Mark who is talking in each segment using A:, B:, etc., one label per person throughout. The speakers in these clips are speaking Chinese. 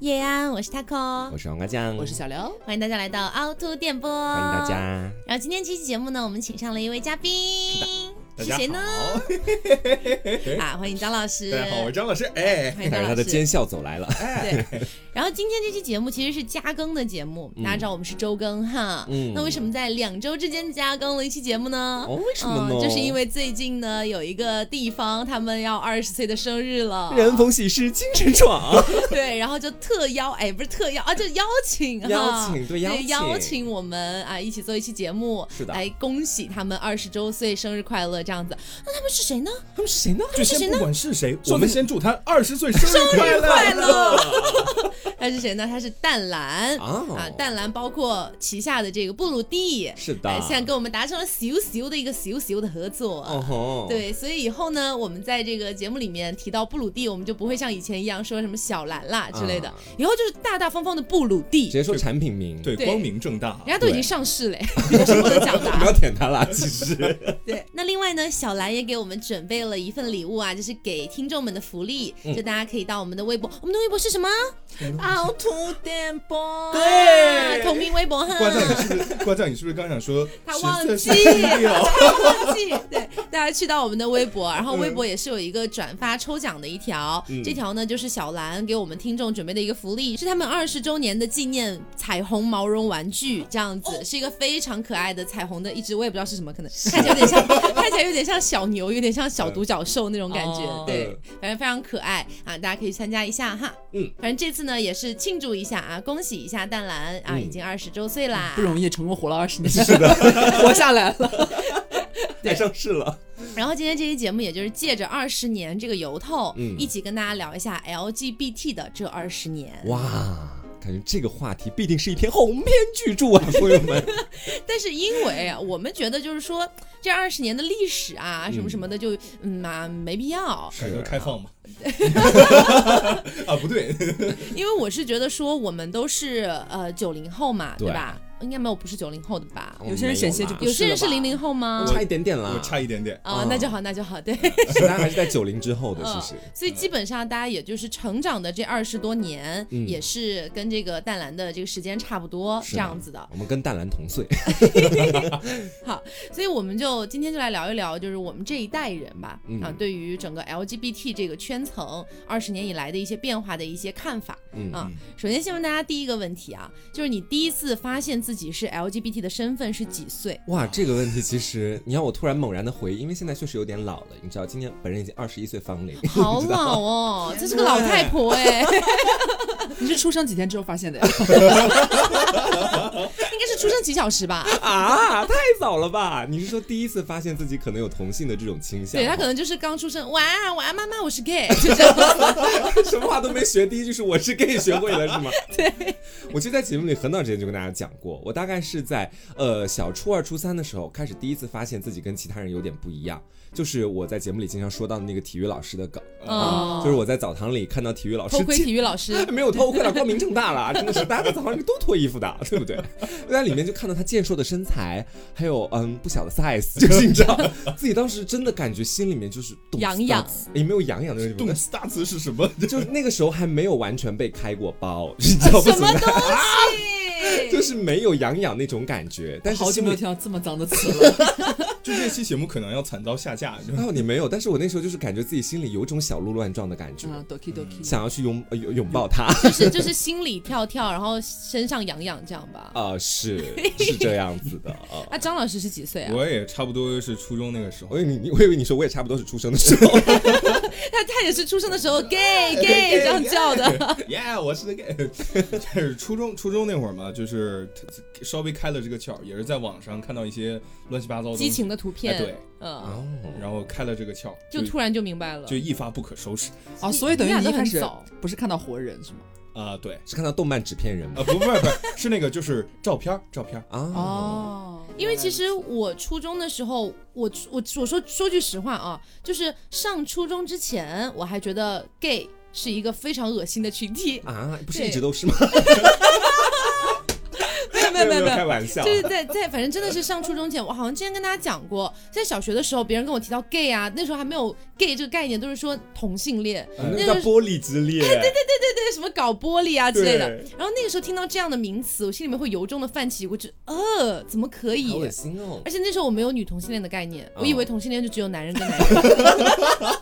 A: 叶安，我是 Taco，
B: 我是黄瓜酱，
C: 我是小刘。
A: 欢迎大家来到凹凸电波，
B: 欢迎大。家。
A: 然后今天这期节目呢，我们请上了一位嘉宾，是谁呢？
D: 好，
A: 啊，欢迎张老师。
D: 哎大家好，我是张老师。哎，
A: 欢迎
B: 带
A: 张
B: 着
A: 老
B: 他的
A: 师。哎
B: 奸笑走来了，
A: 对，然后今天这期节目其实是加更的节目，大家知道我们是周更哈，
B: 嗯
A: 那为什么在两周之间加更了一期节目呢？
B: 哦，为什么呢？
A: 嗯，就是因为最近呢有一个地方他们要二十岁的生日了，
B: 人逢喜事精神爽，
A: 对，然后就特邀，哎，不是特邀啊，就邀请哈，
B: 邀请对邀
A: 对
B: 请
A: 邀请我们啊一起做一期节目，
B: 是的
A: 来恭喜他们二十周岁生日快乐这样子。那他们是谁呢？
B: 他们是谁呢？
D: 就
A: 谁
D: 先
A: 呢
D: 不管是谁，
B: 说
D: 我们
B: 的
D: 先祝他二十岁生日快乐。
A: 快乐，他是谁呢？他是淡蓝
B: 哦
A: 啊，淡蓝包括旗下的这个布鲁蒂，
B: 是的
A: 哎现在跟我们达成了咻咻的一个咻咻的合作。
B: 哦吼，，
A: 对，所以以后呢，我们在这个节目里面提到布鲁蒂，我们就不会像以前一样说什么小蓝啦之类的，
B: 啊
A: 以后就是大大方方的布鲁蒂
B: 直。接说产品名，
D: 对，
A: 对
D: 光明正大。啊
A: 人家都已经上市了，有什么得讲的
B: 不
A: 啊
B: 要？舔他啦，其实
A: 对，那另外呢，小兰也给我们准备了一份礼物啊，就是给听众们的福利，就大家可以到我们的微博，我们的微博是什么？凹凸电波，嗯对，同名微博哈。
D: 瓜酱，你是不是？瓜酱，你是不是刚想说？
A: 他忘
D: 实
A: 记，
D: 在是不必要
A: 他忘记。对，大家去到我们的微博，然后微博也是有一个转发抽奖的一条，这条呢就是小兰给我们听众准备的一个福利，是他们二十周年的纪念彩虹毛绒玩具，这样子是一个非常可爱的彩虹的一只，我也不知道是什么，可能看起来有点像，看起来有点像小牛，有点像小独角兽那种感觉
C: 哦，
A: 对，反正非常可爱啊，大家可以参加一下哈。
B: 嗯，
A: 反正这次呢也是庆祝一下啊，恭喜一下淡蓝啊，
B: 嗯
A: 已经二十周岁啦，
C: 不容易，成功活了二十年，是的， 活下 来了。
B: 还上市了，
A: 然后今天这期节目，也就是借着二十年这个由头，
B: 嗯
A: 一起跟大家聊一下 LGBT 的这二十
B: 嗯
A: 年。
B: 哇。感觉这个话题必定是一篇鸿篇巨著 啊，朋友们！
A: 但是因为啊我们觉得就是说这二十年的历史啊，什么什么的就，嗯啊没必要。
D: 改革 开放嘛。啊，不对，
A: 因为我是觉得说我们都是呃九零后嘛，
B: 对
A: 对吧？应该没有不是九零后的吧？
B: 哦
C: 有些人显现就
B: 没
C: 不
A: 有些人
C: 是
A: 是
C: 了吧
A: 零零后吗
B: 有啦？差一点点啦，
D: 我差一点点。
A: 啊、
B: 嗯
A: 那就好，那就好，对。
B: 是他还是在九零之后的，
A: 嗯，
B: 其实
A: 所以基本上大家也就是成长的这二十多年，
B: 嗯
A: 也是跟这个淡蓝的这个时间差不多
B: 是
A: 这样子的。
B: 我们跟淡蓝同岁，
A: 所以我们就今天就来聊一聊，就是我们这一代人吧，
B: 嗯
A: 啊，对于整个 LGBT 这个圈层二十年以来的一些变化的一些看法。
B: 嗯
A: 啊，首先先问大家第一个问题啊，就是你第一次发现自己是 LGBT 的身份是几岁？
B: 哇，这个问题其实你让我突然猛然的回忆，因为现在确实有点老了，你知道，今年本人已经二十一岁芳龄，
A: 好老 哦，这是个老太婆哎，应
C: 你是出生几天之后发 现的呀？
A: 该是出生几小时吧？
B: 啊，太早了吧？你是说第一次发现自己可能有同性的这种倾向？
A: 对她可能就是刚出生，哇哇，妈妈我是 gay，就这 样子。
B: 能什么话都没学，第一句是我是 gay 学会了 是吗？对， 我其实，在节目里很早之前就跟大家讲过，我大概是在呃小初二、初三的时候开始第一次发现自己跟其他人有点不一样，就是我在节目里经常说到的那个体育老师的梗，啊
A: 哦
B: 就是我在澡堂里看到体育老师
A: 偷窥
B: 进
A: 体育老师，
B: 没有偷窥了，光明正大了，啊真的是大家在澡堂里都脱衣服的，对不对？我在里面就看到他健硕的身材，还有嗯不小的 size，就是你知道，自己当时真的感觉心里面就是动次
A: 痒
B: 打
A: 痒
B: 次，也没有痒痒的那
D: 动
B: 种，
D: 词大词是什么？
B: 就那个时候还没有完全被开过包，你知道不
A: 什么
B: 存在？
A: 东
B: 就
A: 西？
B: 是没有痒痒那种感觉，但是
C: 好久
B: 心
C: 没有
B: 里。
C: 听到这么脏的词了。
D: 就这期节目可能要惨遭下 架。你知道吗
B: 哦，你没有，但是我那时候就是感觉自己心里有种小鹿乱撞的感觉，
C: 嗯，doki doki。
B: 想要去拥、呃拥拥抱他。
A: 就是就是心里跳跳，然后身上痒痒这样吧。
B: 啊，是是这样子的啊。
A: 啊，张老师是几岁啊？
D: 我也差不多是初中那个时候
B: 我。以为你，我以为你说我也差不多是出生的时 候。
A: 他他也是出生的时候 gay gay 这样叫的。
D: 耶我是 gay。就是初中初中那会儿嘛，就是稍微开了这个窍，也是在网上看到一些乱七八糟的东西
A: 激情的图片，
D: 哎对，
A: 嗯，
B: 哦，
D: 然后开了这个窍，
A: 就突然就明白了
D: 就。一发不可收拾
C: 哦，所以等于
A: 你俩
C: 你
A: 都
C: 一
A: 很
C: 开始嗯
A: 早
C: 不是看到活人是吗？
D: 啊、对，
B: 是看到动漫纸片人
D: 啊、
B: 吗？
D: 不不不，是那个就是照片儿照片儿，
B: 啊，，
C: 哦，
A: 因为其实我初中的时候，我我我说说句实话啊，就是上初中之前，我还觉得 gay 是一个非常恶心的群体
B: 啊，不是
A: 对
B: 一直都是吗？
A: 没有没有没有没
B: 开
A: 有，
B: 玩笑
A: 就。是在在反正真的是上初中前，我好像之前跟大家讲过，在小学的时候，别人跟我提到 gay 啊，那时候还没有 gay 这个概念，都是说同性恋，
B: 那
A: 那
B: 叫
A: 就是
D: 哎
B: 玻璃之恋，对对对
A: 对，什么搞玻璃啊之类的。
D: 对
A: 然后那个时候听到这样的名词，我心里面会由衷的泛起一股，就呃，怎么可以
B: 好？恶心哦！
A: 而且那时候我没有女同性恋的概念，我以
B: 哦
A: 为同性恋就只有男人 跟男人。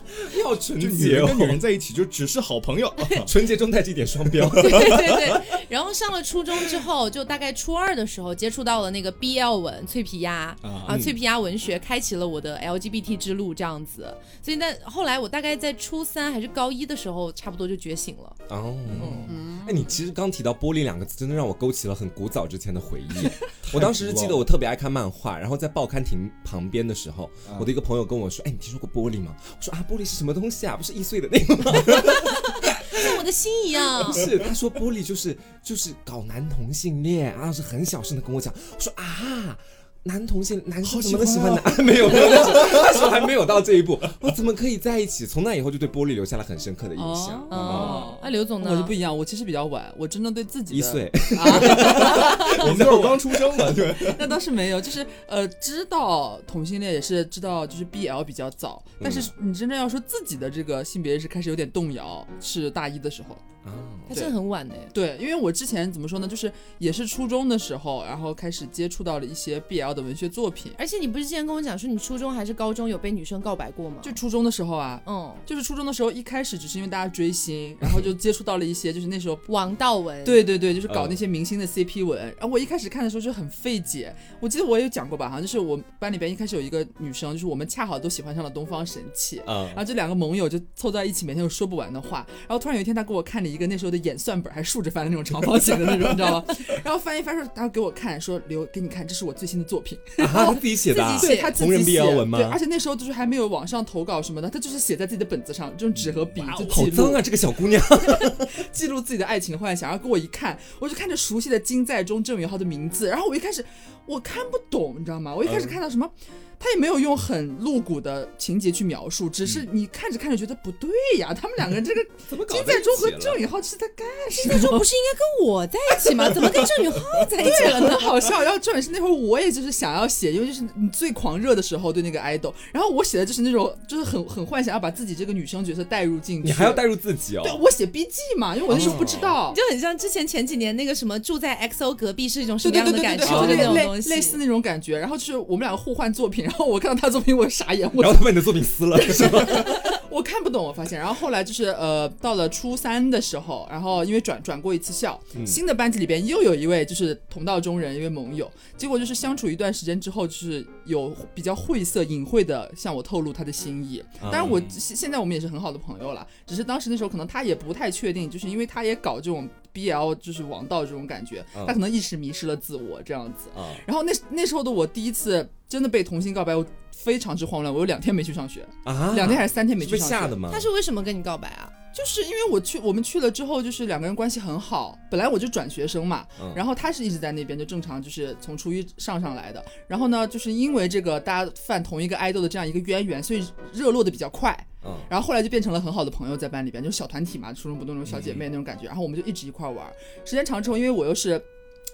B: 要纯
D: 就女
B: 洁
D: 人
B: 哦
D: 跟女人在一起就只是好朋 友，
B: 纯洁中带着一点双标。
A: 对对对。然后上了初中之后，就大概初二的时候接触到了那个 BL 文脆皮鸭
D: 啊
C: 嗯
A: 啊，脆皮鸭文学开启了我的 LGBT 之路，这样子。所以那后来我大概在初三还是高一的时候，差不多就觉醒了。
B: 哦，
A: 嗯
B: 哎，你其实刚提到玻璃两个字，真的让我勾起了很古早之前的回忆。 我当时是记得我特别爱看漫画，然后在报刊亭旁边的时候，
D: 啊
B: 我的一个朋友跟我说：“哎，你听说过玻璃吗？”我说：“啊，玻璃是什么东西啊？不是易碎的那个吗
A: 像我的心一？”样
B: 不。
C: 哦嗯
B: 是，他说玻璃就是就是搞男同性恋，然后是很小声的跟我讲，我说啊。男同性男生
D: 好
B: 怎么能
D: 喜
B: 喜
D: 欢
B: 欢男？
C: 啊
B: 没有没有，那时候那时候还没有到这一步。我怎么可以在一起？从那以后就对玻璃留下了很深刻的印象。
C: 哦
A: 哦，那刘总呢？
C: 我就不一样，我其实比较晚，我真的对自己的啊
B: 一岁，
D: 我们都是刚出生嘛，对，
C: 那倒是没有，就是呃，知道同性恋也是知道，就是 BL 比较早，但是
B: 嗯
C: 你真正要说自己的这个性别意识开始有点动摇，是大一的时候。
B: 啊
A: 他真的很晚呢。
C: 对，因为我之前怎么说呢，就是也是初中的时候，然后开始接触到了一些 BL 的文学作品。
A: 而且你不是之前跟我讲说你初中还是高中有被女生告白过吗？
C: 就初中的时候啊，
A: 嗯，
C: 就是初中的时候一开始只是因为大家追星，然后就接触到了一些就是那时候
A: 王道文。
C: 对对对，就是
B: 哦
C: 搞那些明星的 CP 文。然后我一开始看的时候就很费解，我记得我也有讲过吧，好像就是我们班里边一开始有一个女生，就是我们恰好都喜欢上了东方神起。
B: 啊
C: 然后这两个盟友就凑在一起，每天有说不完的话。然后突然有一天，他给我看了一个那时候的演算本，还竖着翻的那种长方形的那种，你知道吗？ 然后翻一翻说，他给我看，说刘给你看，这是我最新的作品。
B: 啊！他自己写的啊，
A: 自己
C: 对
A: 写
C: 他自
B: 同人
C: 己写
B: BL 文吗
C: 对，而且那时候就是还没有网上投稿什么的，他就是写在自己的本子上，就用纸和笔就
B: 好
C: 记录。
B: 脏啊！这个小姑娘，
C: 记录自己的爱情幻想，然后给我一看，我就看着熟悉的金在中、郑允浩的名字，然后我一开始我看不懂，你知道吗？我一开
B: 嗯
C: 始看到什么，他也没有用很露骨的情节去描述，只是你看着看着觉得不对呀，他们两个 这个
B: 怎嗯么搞
C: 金
B: 在
C: 在
B: 一
C: 中和
B: 起了
C: 郑允浩是在干什
A: 那时候不是应该跟我在一起吗？怎么跟郑宇浩在一起了
C: 么？
A: 呢？
C: 很好笑。然后重点是那会儿我也就是想要写，因为就是你最狂热的时候对那个 idol，然后我写的就是那种就是很很幻想要把自己这个女生角色带入进去，
B: 你还要带入自己
C: 对
B: 哦。
C: 我写 BG 嘛，因为我那时候不知道。
A: 就很像之前前几年那个什么住在 XO 隔壁是一种什
C: 对
A: 么
C: 对
A: 样的感
C: 对对对
A: 受
C: 对，
A: 的那
C: 就是
A: 种
C: 类
A: 东西，
C: 类似那种感觉。然后就是我们两个互换作品，然后我看到他的作品，我傻眼，
B: 然
C: 我
B: 后他把你的作品撕了，是 吗？
C: 我看不懂，我发现。然后后来就是呃，到了初三的时候，然后因为转转过一次校，
B: 嗯
C: 新的班级里边又有一位就是同道中人，一位盟友。结果就是相处一段时间之后，就是有比较晦涩、隐晦的向我透露他的心意。
B: 啊
C: 当然我
B: 嗯
C: 现现在我们也是很好的朋友了，只是当时那时候可能他也不太确定，就是因为他也搞这种 BL 就是王道这种感觉，
B: 嗯
C: 他可能一时迷失了自我这样子。
B: 啊，
C: 然后那那时候的我第一次真的被同性告白，我非常之慌乱，我有两天没去上学，
B: 啊
C: 两天还是三天没
B: 是
C: 去
B: 被
C: 上
B: 吓
C: 学。
B: 的吗？
A: 他是为什么跟你告白啊？
C: 就是因为我去我们去了之后，就是两个人关系很好，本来我就转学生嘛，
B: 嗯
C: 然后他是一直在那边就正常就是从初一上上来的，然后呢，就是因为这个大家犯同一个爱豆的这样一个渊源，所以热络的比较快。
B: 嗯
C: 然后后来就变成了很好的朋友，在班里边就是小团体嘛，初中不都那种小姐妹那种感
B: 嗯
C: 觉。然后我们就一直一块儿玩儿，时间长之后，因为我又是。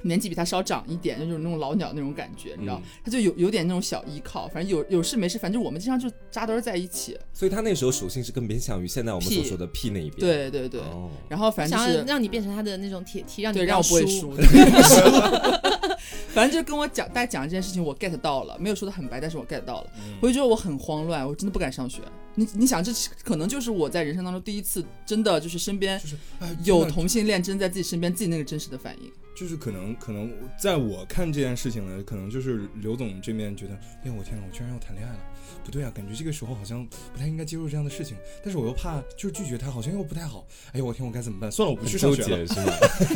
C: 年纪比他稍长一点，就是那种老鸟那种感觉，你知道，
B: 嗯
C: 他就有有点那种小依靠，反正有有事没事，反正我们经常就扎堆儿在一起。
B: 所以他那时候属性是更偏向于现在我们所
C: 屁
B: 说的 P 那一边。
C: 对对对，
B: 哦，
C: 然后反正
A: 想
C: 就是
A: 要让你变成他的那种铁梯，让你
C: 对，
A: 不
C: 让
A: 要
C: 我不会
A: 输
C: 输。。 反正就跟我讲，大家讲这件事情，我 get 到了，没有说的很白，但是我 get 到了。
D: 嗯
C: 我就觉得我很慌乱，我真的不敢上学。你你想，这是可能就是我在人生当中第一次，真的就是身边
D: 就是哎
C: 有
D: 真的
C: 同性恋真在自己身边，自己那个真实的反应。
D: 就是可能可能在我看这件事情呢，可能就是刘总这边觉得，哎呀我天呐，我居然要谈恋爱了，不对啊，感觉这个时候好像不太应该接受这样的事情，但是我又怕就是拒绝他，好像又不太好，哎呀我天，我该怎么办？算了，我不去
B: 很
D: 上
B: 纠
D: 学了
B: 结。是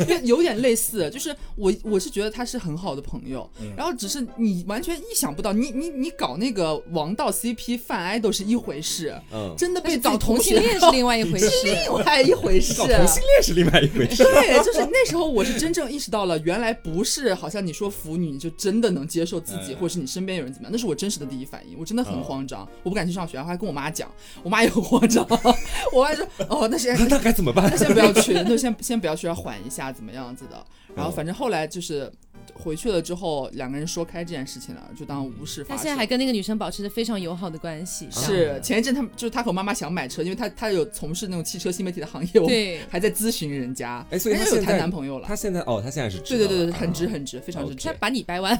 B: 吗？
C: 因为有点类似，就是我我是觉得他是很好的朋友，
D: 嗯
C: 然后只是你完全意想不到，你你你搞那个王道 CP 泛 idol 是一回事，
B: 嗯，
C: 真的
A: 但
C: 被
A: 是搞
C: 自己
A: 同性
C: 学
A: 恋是另外一回 事。
C: 另外一回事，
B: 搞同性恋是另外一回事。
C: 对，就是那时候我是真正意识到了，原来不是好像你说腐女你就真的能接受自己，
B: 嗯
D: 哎
C: 或者是你身边有人怎么样，那是我真实的第一反应，我真的很慌张，我不敢去上学，然后啊还跟我妈讲，我妈也很慌张， 我妈说哦，那先
B: 那该怎么办嗯
C: 那？先不要去，那先先不要去，要缓一下，怎么样子的。然后反正后来就是回去了之后，两个人说开这件事情了，就当无事发
A: 他
C: 生。
A: 现在还跟那个女生保持着非常友好的关系，
B: 啊
A: 吧
C: 是前一阵他们就是他和我妈妈想买车，因为他他有从事那种汽车新媒体的行业，我
A: 对
C: 还在咨询人家，
B: 哎所以他
C: 人家有
B: 现在
C: 谈男朋友了
B: 他。现在哦，他现在是知
C: 对
B: 道
C: 对
B: 了
C: 对对，很
B: 啊
C: 直很直，非常之直
A: 他。把你掰弯，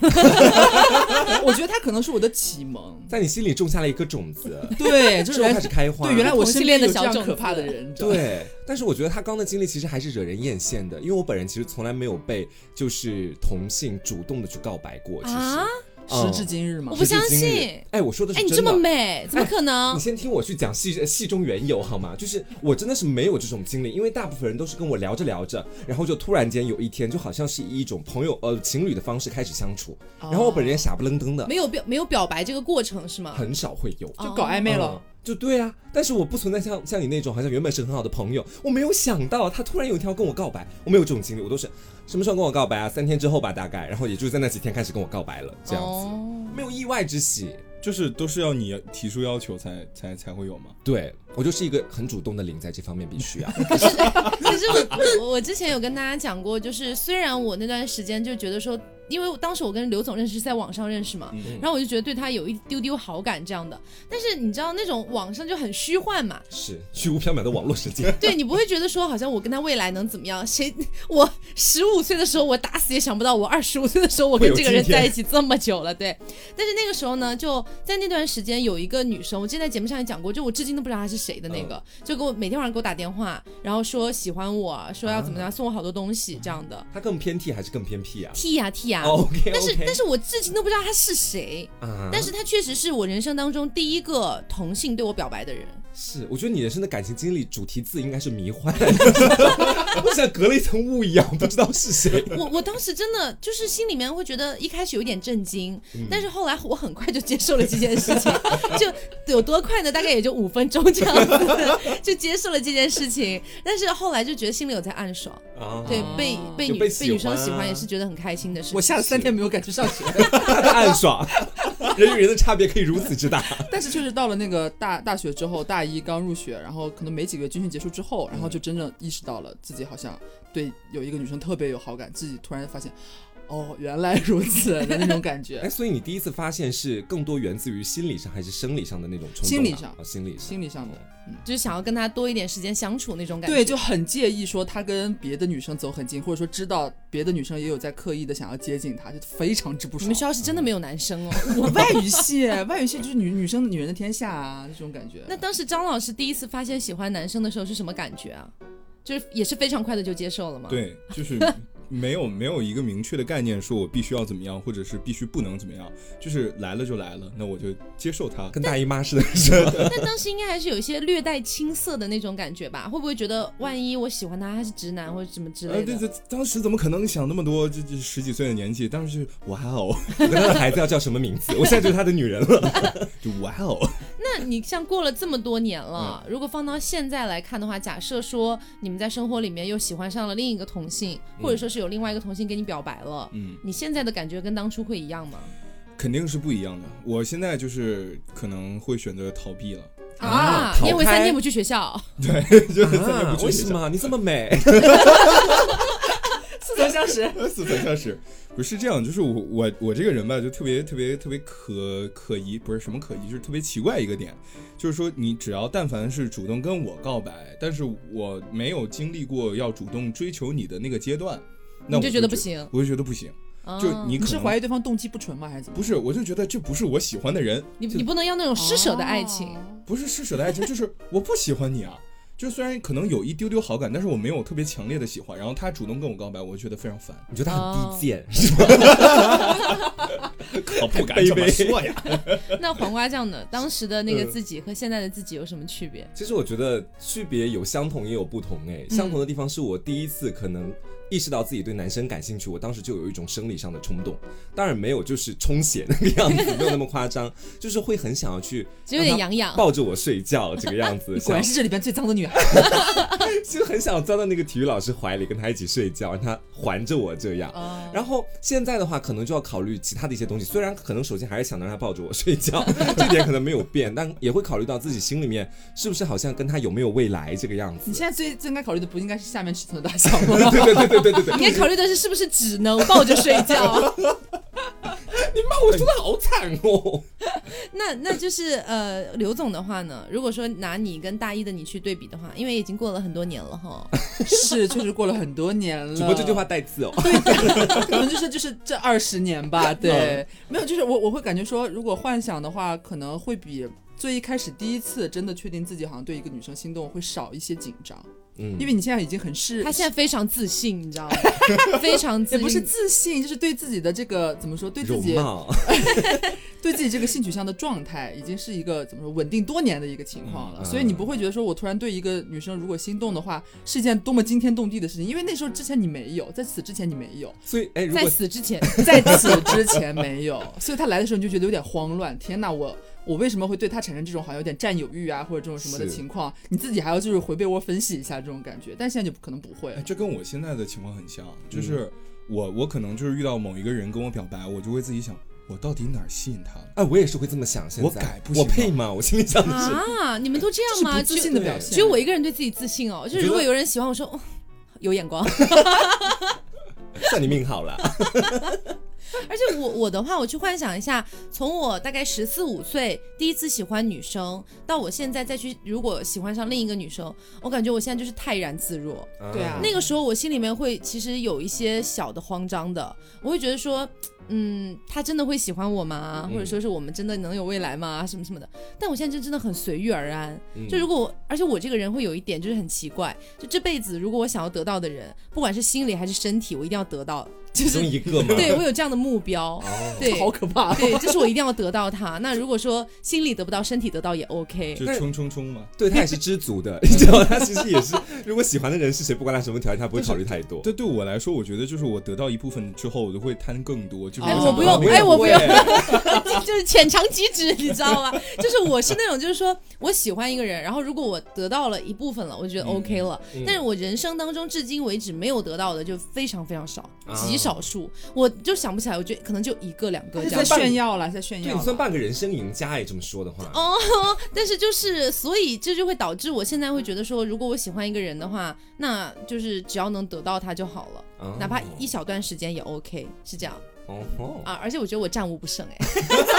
C: 我觉得他可能是我的启蒙，
B: 啊在你心里种下了一颗种子，
C: 对，就是
B: 之后
C: 原
B: 开始开花。
C: 对原来我身边有
A: 同
C: 这
A: 性恋的小种
C: 样
A: 子
C: 可怕的人，你知道吗，
B: 对，但是我觉得他刚的经历其实还是惹人艳羡的，因为我本人其实从来没有被就是同性主动的去告白过。其实，
A: 啊
B: 嗯
C: 时至今日嘛
A: 我，不相
B: 直至今日
A: 信
B: 哎，我说的是
A: 哎，
B: 真
A: 你
B: 的。
A: 这么美，怎么可能
B: 你？先听我去讲戏戏中缘由好吗？就是我真的是没有这种经历，因为大部分人都是跟我聊着聊着，然后就突然间有一天，就好像是以一种朋友呃情侣的方式开始相处，然后我本人也傻不愣登的，
A: 哦没有表没有表白这个过程是吗？
B: 很少会有。
A: 哦
C: 就搞暧昧了
B: 嗯。就对啊，但是我不存在像像你那种好像原本是很好的朋友，我没有想到他突然有一天要跟我告白，我没有这种经历，我都是什么时候跟我告白啊？三天之后吧，大概，然后也就是在那几天开始跟我告白了，这样子，
A: 哦
B: 没有意外之喜。
D: 就是都是要你提出要求才才才会有嘛。
B: 对我就是一个很主动的零，在这方面必须啊。
A: 可是我 我我之前有跟大家讲过，就是虽然我那段时间就觉得说，因为当时我跟刘总认识是在网上认识嘛，
D: 嗯
A: 然后我就觉得对他有一丢丢好感这样的。但是你知道那种网上就很虚幻嘛，
B: 是虚无缥缈的网络世界。
A: 对你不会觉得说好像我跟他未来能怎么样？谁我十五岁的时候我打死也想不到，我二十五岁的时候我跟这个人在一起这么久了，对。但是那个时候呢，就在那段时间有一个女生，我之前在节目上也讲过，就我至今都不知道她是谁的那个，就给我每天晚上给我打电话，然后说喜欢我，说要怎么样，送我好多东西这样的，
B: 他更偏 T 还是更偏僻啊
A: 踢呀踢呀。
B: ？OK OK。
A: 但是但是我至今都不知道她是谁，
B: 啊，
A: 但是她确实是我人生当中第一个同性对我表白的人。
B: 是我觉得你人生的感情经历主题字应该是迷幻，我像隔了一层雾一样，不知道是谁。
A: 我我当时真的就是心里面会觉得一开始有点震惊，
B: 嗯
A: 但是后来我很快就接受了这件事情， 就有多快呢？大概也就五分钟这样子就接受了这件事情，但是后来就觉得心里有在暗爽，
B: 啊，
A: 对，
C: 哦
A: 被被
B: 就
A: 女
B: 被
A: 被
B: 喜
A: 女生
B: 欢啊
A: 喜欢也是觉得很开心的事情。
C: 我下了三天没有敢去上学，
B: 他的暗爽，人与人的差别可以如此之大。
C: 但是确实到了那个大大学之后，大一刚入学，然后可能没几个月军训结束之后，然后
A: 嗯
C: 就真正意识到了自己好像对有一个女生特别有好感，自己突然发现，哦，原来如此的那种感
B: 哎，
C: 觉，
B: 所以你第一次发现是更多源自于心理上还是生理上的那种冲动啊？
C: 心理上
B: 哦，心理上。
C: 心理上的。
A: 就是想要跟他多一点时间相处那种感觉。
C: 对，就很介意说他跟别的女生走很近，或者说知道别的女生也有在刻意的想要接近他，就非常之不
A: 你
C: 爽
A: 们学。校是真的没有男生哦。
C: 我 外语系，外语系就是女女生女人的天下啊，这种感觉。
A: 那当时张老师第一次发现喜欢男生的时候是什么感觉啊？就是也是非常快的就接受了吗？，
D: 对，就是没有没有一个明确的概念，说我必须要怎么样，或者是必须不能怎么样，就是来了就来了，那我就接受它。
B: 跟大姨妈似的，是吧？
A: 但当时应该还是有一些略带青涩的那种感觉吧？会不会觉得万一我喜欢他，他是直男或者什么之
D: 呃，
A: 类
D: 对
A: 的？
D: 对，当时怎么可能想那么多？这这十几岁的年纪，当时就哇哦，
B: 我跟他的孩子要叫什么名字？我现在就是他的女人了。
D: 就哇哦，
A: 那你像过了这么多年了，
D: 嗯
A: 如果放到现在来看的话，假设说你们在生活里面又喜欢上了另一个同性，或者说是有另外一个同性跟你表白了，
D: 嗯，
A: 你现在的感觉跟当初会一样吗？
D: 肯定是不一样的。我现在就是可能会选择逃避了，
B: 啊
A: 因为
B: 逃开
A: 三天不去学校，
D: 就是再也
B: 啊
D: 不去
B: 为
D: 学校
B: 什么你这么美？
C: 似曾 相识。
D: 似曾相识。不是这样，就是我我我这个人吧，就特别特别特别可可疑，不是什么可疑，就是特别奇怪一个点，就是说你只要但凡是主动跟我告白，但是我没有经历过要主动追求你的那个阶段，那
A: 你
D: 我
A: 就觉得不行
D: 我就觉得不行，
A: 啊
D: 就你
C: 你
D: 可
C: 是
D: 能
C: 怀疑对方动机不纯吗？还是怎么？
D: 不是，我就觉得这不是我喜欢的人，
A: 你你不能要那种施舍的爱情。
C: 哦
D: 不是施舍的爱情，就是我不喜欢你啊。就虽然可能有一丢丢好感，但是我没有特别强烈的喜欢，然后他主动跟我告白，我就觉得非常烦，
B: 你觉得他很
A: 哦
B: 低贱是吧？
D: 可不敢
B: 卑
D: 这么
B: 微
D: 说呀。
A: 那黄瓜酱 呢？当时的那个自己和现在的自己有什么区别？
B: 其实我觉得区别有相同也有不同
C: 嗯
B: 诶，相同的地方是我第一次可能意识到自己对男生感兴趣，我当时就有一种生理上的冲动，当然没有就是充血那个样子，没有那么夸 张，就是会很想要去
A: 只有
D: 嗯
A: 点痒痒。
B: 抱着我睡觉这个样子，
C: 你哦果然
B: 想
C: 是这里边最脏的女孩。
B: 就很想钻到那个体育老师怀里跟他一起睡觉，让他环着我这样。
A: 哦
B: 然后现在的话，可能就要考虑其他的一些东西。虽然可能首先还是想着让他抱着我睡 觉，这点可能没有变，但也会考虑到自己心里面是不是好像跟他有没有未来这个样子。
C: 你现在最最应该考虑的不应该是下面尺寸的大小 吗？
B: 对对对对对对对，
A: 你该考虑的是是不是只能抱着睡觉。
B: 你骂我说的好惨哦。
A: 那那就是呃，刘总的话呢，如果说拿你跟大一的你去对比的话，因为已经过了很多年了 哈，
C: 是，确实过了很多年 了。
B: 主播这句话带刺哦。
C: 可能就是就是这二十年吧，
B: 嗯
C: 对，没有，就是我我会感觉说，如果幻想的话，可能会比最一开始第一次真的确定自己好像对一个女生心动会少一些紧张，
B: 嗯
C: 因为你现在已经很是，
A: 他现在非常自信，你知 道吗？非常自
C: 也
A: 信，
C: 不是自信，就是对自己的这个怎么说，对自
B: 容
C: 己
B: 貌，
C: 对自己这个性取向的状态，已经是一个怎么说稳定多年的一个情况了，
B: 嗯
C: 所以你不会觉得说我突然对一个女生如果心动的话，是一件多么惊天动地的事情，因为那时候之前你没有，在此之前你没有，
B: 所以哎，如
A: 在
B: 果
A: 死之 前，
C: 在此之前没有，所以他来的时候你就觉得有点慌乱。天呐，我我为什么会对他产生这种好像有点占有欲啊，或者这种什么的
B: 是
C: 情况？你自己还要就是回被窝分析一下这种感觉，但现在就可能不会
D: 哎，。这跟我现在的情况很像，就是我我可能就是遇到某一个人跟我表白，我就会自己想，我到底哪儿吸引他了？
B: 哎，我也是会这么想。现在
D: 我改不行
B: 我
D: 吗
B: 配吗？我心里想的是，
A: 啊，你们都这
C: 这
A: 样
C: 是
A: 吗？
C: 不
A: 只
C: 自
A: 有
C: 信的表现。啊
A: 只有我一个人对自己自信哦。就
B: 觉
A: 是
B: 得
A: 如果有人喜欢我说，哦，有眼 光。
B: 算你命 好了。
A: 而且我我的话，我去幻想一下，从我大概十四五岁第一次喜欢女生，到我现在再去如果喜欢上另一个女生，我感觉我现在就是泰然自若。
C: 对啊
A: 那个时候我心里面会其实有一些小的慌张的，我会觉得说，嗯，他真的会喜欢我吗？
B: 嗯
A: 或者说是我们真的能有未来吗？什么什么的。但我现在就真的很随遇而安。
B: 嗯
A: 就如果我，而且我这个人会有一点就是很奇怪，就这辈子如果我想要得到的人，不管是心理还是身体，我一定要得到，就
B: 其中
A: 是
B: 一个嘛，
A: 对我有这样的目标。
B: 哦，
A: 对，
C: 好可怕。
A: 对，就是我一定要得到他。那如果说心里得不到，身体得到也 OK。
D: 就冲冲冲嘛。
B: 对他也是知足的， 你知道，他其实也是，如果喜欢的人是谁，不管他什么条件，他不会考虑太多。
D: 这对我来说，我觉得就是我得到一部分之后，我就会贪更多。就是
A: 哎，
D: 想
A: 我不用
D: 要，
A: 哎，我不用
B: 啊我也，
A: 就是浅尝即止，你知道吗？就是我是那种，就是说我喜欢一个人，然后如果我得到了一部分了，我就觉得 OK 了。
B: 嗯
A: 但是我人生当中至今为止没有得到的，就非常非常少，
B: 啊
A: 极少数，我就想不起来，我觉得可能就一个两个这
C: 他是
A: 样
C: 在
A: 子。
C: 炫耀了，在炫
B: 对
C: 耀
B: 你算
C: 了。
B: 半个人生赢家哎，这么说的话，
A: 哦，但是就是，所以这就会导致我现在会觉得说，如果我喜欢一个人的话，那就是只要能得到他就好了，
B: 哦
A: 哪怕一小段时间也 OK，是这样
B: 哦吼，
A: 啊。而且我觉得我战无不胜哎。
B: 好啦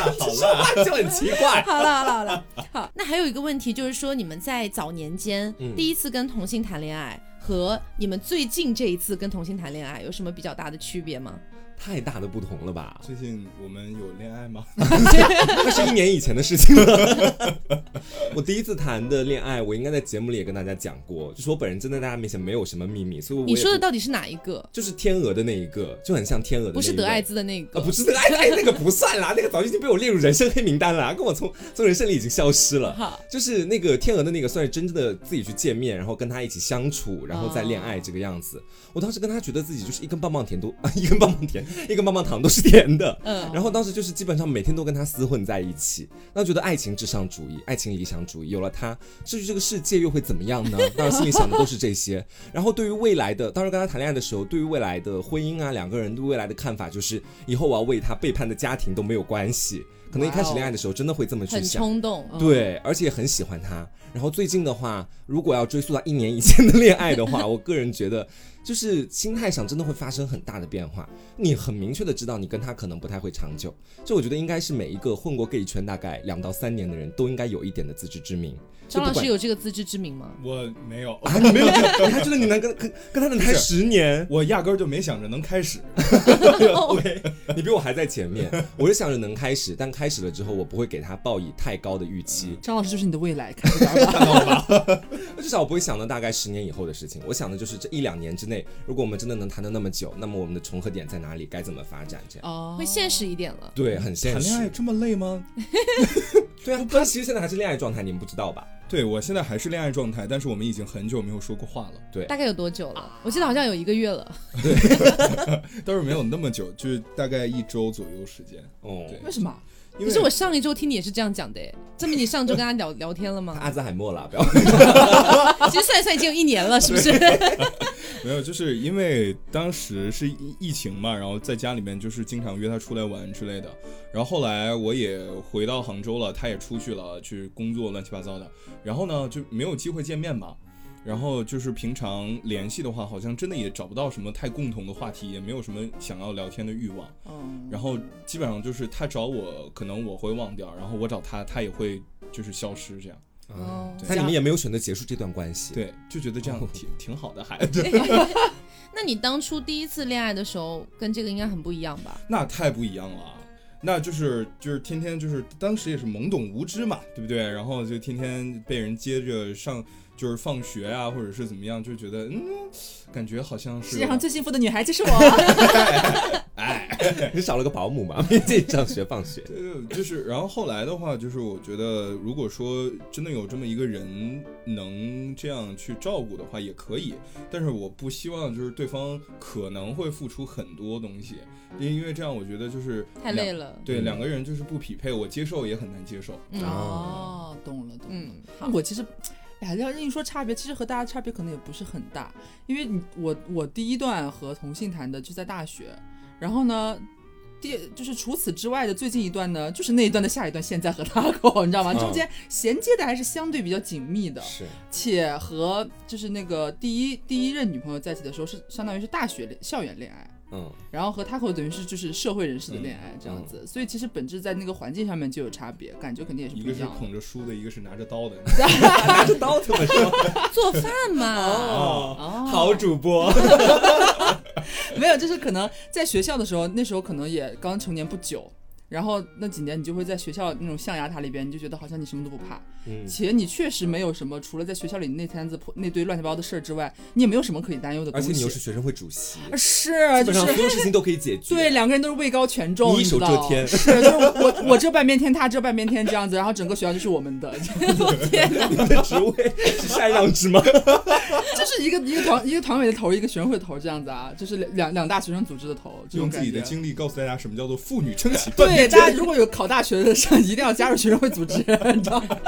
B: 好 啦，就很奇 怪。
A: 好了好了好了，好。那还有一个问题就是说，你们在早年间、
B: 嗯
A: 第一次跟同性谈恋爱，和你们最近这一次跟同性谈恋爱有什么比较大的区别吗？
B: 太大的不同了吧？
D: 最近我们有恋爱吗？
B: 那是一年以前的事情了。 我第一次谈的恋爱，我应该在节目里也跟大家讲过，就是我本人真的在大家面前没有什么秘密，所以我也
A: 你说的
B: 不
A: 到底是哪一个？
B: 就是天鹅的那一个，就很像天鹅的那一位，
A: 不是德爱滋的那个，
B: 啊，不是德爱滋那个不算啦，那个早就已经被我列入人生黑名单了，跟我从从人生里已经消失了。
A: 好，
B: 就是那个天鹅的那个，算是真正的自己去见面，然后跟他一起相处，然后再恋爱这个样子。我当时跟他觉得自己就是一根棒棒甜都， 啊、一根棒棒甜，一根棒棒糖都是甜的。
A: 嗯
B: 然后当时就是基本上每天都跟他厮混在一起，那觉得爱情至上主义、爱情理想主义，有了他，至于这个世界又会怎么样呢？当然心里想的都是这些。然后对于未来的，当时跟他谈恋爱的时候，对于未来的婚姻啊，两个人对未来的看法就是，以后我要为他背叛的家庭都没有关系。可能一开始恋爱的时候真的会这么去
A: 很
B: 想，
A: 冲动。
C: 嗯
B: 对，而且很喜欢他。然后最近的话，如果要追溯到一年以前的恋爱的话，我个人觉得，就是心态上真的会发生很大的变化。你很明确的知道，你跟他可能不太会长久。这我觉得应该是每一个混过 gay 圈大概两到三年的人都应该有一点的自知之明。就
A: 张
B: 不
A: 老
B: 管
A: 师有这个自知之明吗？
D: 我没有，
B: 啊，你没有这个，你还觉得你能跟跟跟他能谈
D: 不是
B: 十年？
D: 我压根儿就没想着能 开始。
B: OK，你比我还在前面。我是想着能开始，但开始了之后，我不会给他抱以太高的预期。
C: 张老师就是你的未来，看得 到吧
B: 至少我不会想到大概十年以后的事情，我想的就是这一两年之内，如果我们真的能谈的那么久，那么我们的重合点在哪里，该怎么发展这样。
C: 哦
A: 会现实一点了。
B: 对，很现
D: 谈恋爱
B: 实。
D: 这么累吗？
B: 对啊，他其实现在还是恋爱状态，你们不知道吧？
D: 对我现在还是恋爱状态，但是我们已经很久没有说过话了，
B: 对啊
A: 大，概有多久了？我记得好像有一个月了。
D: 倒是没有那么久，就是大概一周左右时间。
B: 哦，
D: 对
C: 为什么？
D: 因
A: 可
D: 为
A: 是我上一周听你也是这样讲的，哎，证明你上周跟他聊聊天了
B: 他
A: 吗？
B: 阿兹海默了，不要。
A: 其实算一算已经有一年了，是不是？
D: 没有，就是因为当时是疫疫情嘛，然后在家里面就是经常约他出来玩之类的。然后后来我也回到杭州了，他也出去了，去工作乱七八糟的。然后呢，就没有机会见面嘛。然后就是平常联系的话，好像真的也找不到什么太共同的话题，也没有什么想要聊天的欲望。
C: 嗯，
D: 然后基本上就是他找我，可能我会忘掉，然后我找他，他也会就是消失这样。
B: 啊
C: 哦，
B: 但你们也没有选择结束这段关系。，
D: 对，就觉得这样挺、挺好的，还对，
A: 那你当初第一次恋爱的时候，跟这个应该很不一样吧？
D: 那太不一样了啊。那就是就是天天就是当时也是懵懂无知嘛，对不对？然后就天天被人接着上，就是放学啊，或者是怎么样，就觉得嗯，感觉好像
C: 世
D: 是
C: 界上最幸福的女孩就是我。
B: 你少了个保姆嘛，每天上学放学。
D: 对，呃就是，然后后来的话，就是我觉得，如果说真的有这么一个人能这样去照顾的话，也可以。但是我不希望就是对方可能会付出很多东西，因因为这样我觉得就是
A: 太累
D: 两。
A: 了。
D: 对，
B: 嗯
D: 两个人就是不匹配，我接受也很难接受。
A: 嗯
B: 啊
C: 哦，懂了，懂了。
A: 嗯，好
C: 那，我其实，哎呀，要硬说差别，其实和大家差别可能也不是很大，因为你我我第一段和同性谈的就在大学，然后呢。第就是除此之外的最近一段呢，就是那一段的下一段，现在和他狗，你知道吗？
B: 嗯
C: 中间衔接的还是相对比较紧密的，
B: 是，
C: 且和就是那个第一第一任女朋友在一起的时候是相当于是大学恋校园恋爱，
B: 嗯，
C: 然后和 Taco 等于是就是社会人士的恋
D: 嗯
C: 爱这样子，所以其实本质在那个环境上面就有差别，感觉肯定也是
D: 一
C: 不
D: 个
C: 一
D: 是
C: 样的。
D: 捧着书的，一个是拿着刀的。
B: 拿着刀怎么说？
A: 做饭嘛，
B: 哦，
C: 哦
B: 好主播，
C: 没有，就是可能在学校的时候，那时候可能也刚成年不久，然后那几年你就会在学校那种象牙塔里边，你就觉得好像你什么都不怕，
B: 嗯
C: 且你确实没有什么，除了在学校里那摊子破那堆乱七八糟的事儿之外，你也没有什么可以担忧的东
B: 而
C: 西。
B: 且你又是学生会主席，
C: 是啊
B: 基
C: 就
B: 本上
C: 是
B: 所有事情都可以解决。
C: 对，两个人都是位高权重，
B: 你一手
C: 知道
B: 遮天
C: 是就是我我遮半边天，他遮半边天这样子，然后整个学校就是我们的，
B: 你的职位是禅让制 吗？
C: 就是一个一个团一个团委的头，一个学生会的头这样子啊，就是两两两大学生组织的头，这种
D: 用自
C: 感觉。啊
D: 己的经历告诉大家什么叫做妇女撑 起半
C: 对，
D: 边
C: 大家
D: 天。
C: 如果有考大学的上，一定要加入学生会组织， 你知道吗？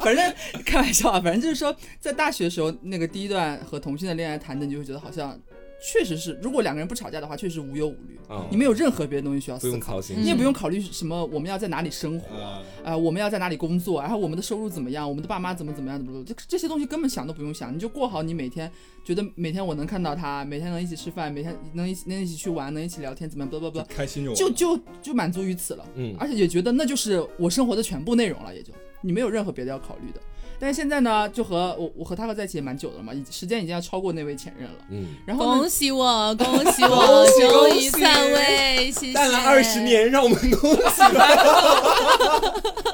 C: 反正开玩笑啊，反正就是说，在大学时候那个第一段和同性的恋爱谈的，你就会觉得好像确实是，如果两个人不吵架的话，确实无忧无虑，
B: 嗯
C: 哦你没有任何别的东西需要
B: 不
C: 思
B: 用
C: 考，
B: 操心
A: 嗯
C: 你也不用考虑什么我们要在哪里生活。
D: 啊，
C: 啊、我们要在哪里工作，然后我们的收入怎么样，我们的爸妈怎么怎么样，怎么怎么这这些东西根本想都不用想，你就过好你每天，觉得每天我能看到他，每天能一起吃饭，每天能一起能一起去玩，能一起聊天，怎么样，不不不，
D: 开心就
C: 就
D: 好。
C: 就就满足于此了。
B: 嗯
C: 而且也觉得那就是我生活的全部内容了，也就你没有任何别的要考虑的。但是现在呢，就和我我和他哥在一起也蛮久的了嘛，已时间已经要超过那位前任了。
B: 嗯，
C: 然后呢
A: 恭喜我，恭喜我，终于
C: 恭喜
A: 散位，谢谢。
B: 淡了二十，年，让我们恭喜吧。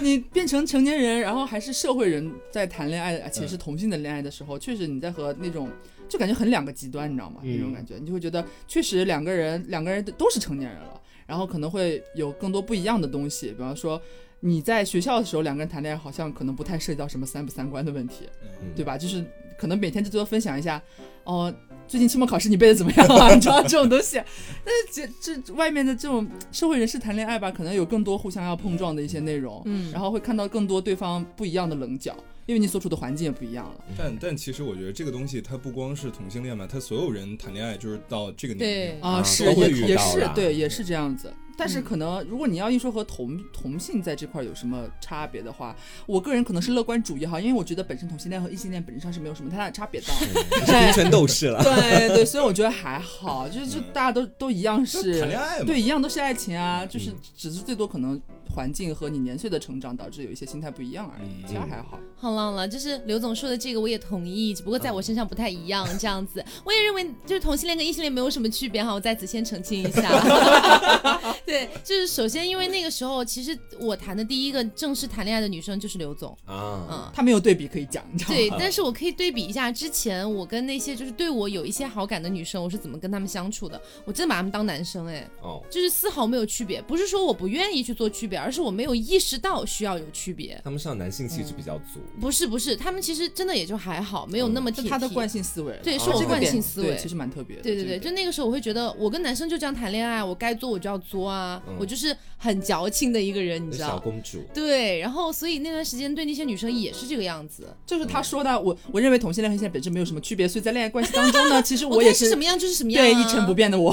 C: 你变成成年人，然后还是社会人，在谈恋爱，
B: 嗯
C: 而且是同性的恋爱的时候，确实你在和那种就感觉很两个极端，你知道吗？
B: 嗯
C: 那种感觉，你就会觉得确实两个人两个人都是成年人了，然后可能会有更多不一样的东西，比方说。你在学校的时候，两个人谈恋爱好像可能不太涉及到什么三不三观的问题，
D: 嗯
C: 对吧？就是可能每天就多分享一下，哦、最近期末考试你背的怎么样啊？ 你知道这种东西。但是这这外面的这种社会人士谈恋爱吧，可能有更多互相要碰撞的一些内容，
A: 嗯
C: 然后会看到更多对方不一样的棱角，因为你所处的环境也不一样
B: 嗯
C: 了。
D: 但但其实我觉得这个东西它不光是同性恋嘛，它所有人谈恋爱就是到这个年龄
A: 对，
B: 啊
C: 是
B: 都会
C: 也
B: 遇
C: 也
B: 到
C: 是
B: 啦
C: 对，也是这样子。但是
A: 嗯
C: 可能如果你要一说和同同性在这块有什么差别的话，我个人可能是乐观主义哈，因为我觉得本身同性恋和异性恋本质上是没有什么太大的差别的。
B: 你是平权斗士 了。
C: 对对，所以我觉得还好，就是就大家都都一样
D: 就是谈恋爱嘛。
C: 对，一样都是爱情啊，就是
B: 嗯
C: 只是最多可能环境和你年岁的成长导致有一些心态不一样而已，
D: 嗯
C: 其他还好。
A: 好了好了，就是刘总说的这个我也同意，只不过在我身上不太一样，这样子。 我也认为就是同性恋跟异性恋没有什么区别哈，我在此先澄清 一下。对，就是首先因为那个时候，其实我谈的第一个正式谈恋爱的女生就是刘总，
B: 啊，
A: 嗯。
C: 他没有对比可以讲，你知道吗？
A: 对， 但是我可以对比一下之前我跟那些就是对我有一些好感的女生，我是怎么跟她们相处的。我真的把她们当男生哎，
B: 哦，
A: 就是丝毫没有区别。不是说我不愿意去做区别，而是我没有意识到需要有区别。
B: 他们上男性气质比较足。
A: 不是不是，他们其实真的也就还好，没有那么
C: 是
A: 铁
C: 嗯他的
A: 蹄
C: 惯性思维了，
A: 对
C: 啊
A: 是
B: 我
C: 这个
B: 惯
C: 点
A: 性思
C: 对
A: 维
C: 其实蛮特别的。
A: 对对
C: 这
A: 对，
C: 个
A: 就那个时候我会觉得，我跟男生就这样谈恋爱，我该作我就要作啊，吗？
C: 嗯
A: 我就是很矫情的一个人，你知
B: 小
A: 道。
B: 公主，
A: 对，然后所以那段时间对那些女生也是这个样子。
C: 就是他说的，我我认为同性恋和异性恋本质没有什么区别，所以在恋爱关系当 中呢，其实我也
A: 看是什么样就是什么样、啊，
C: 对一成不。变的我。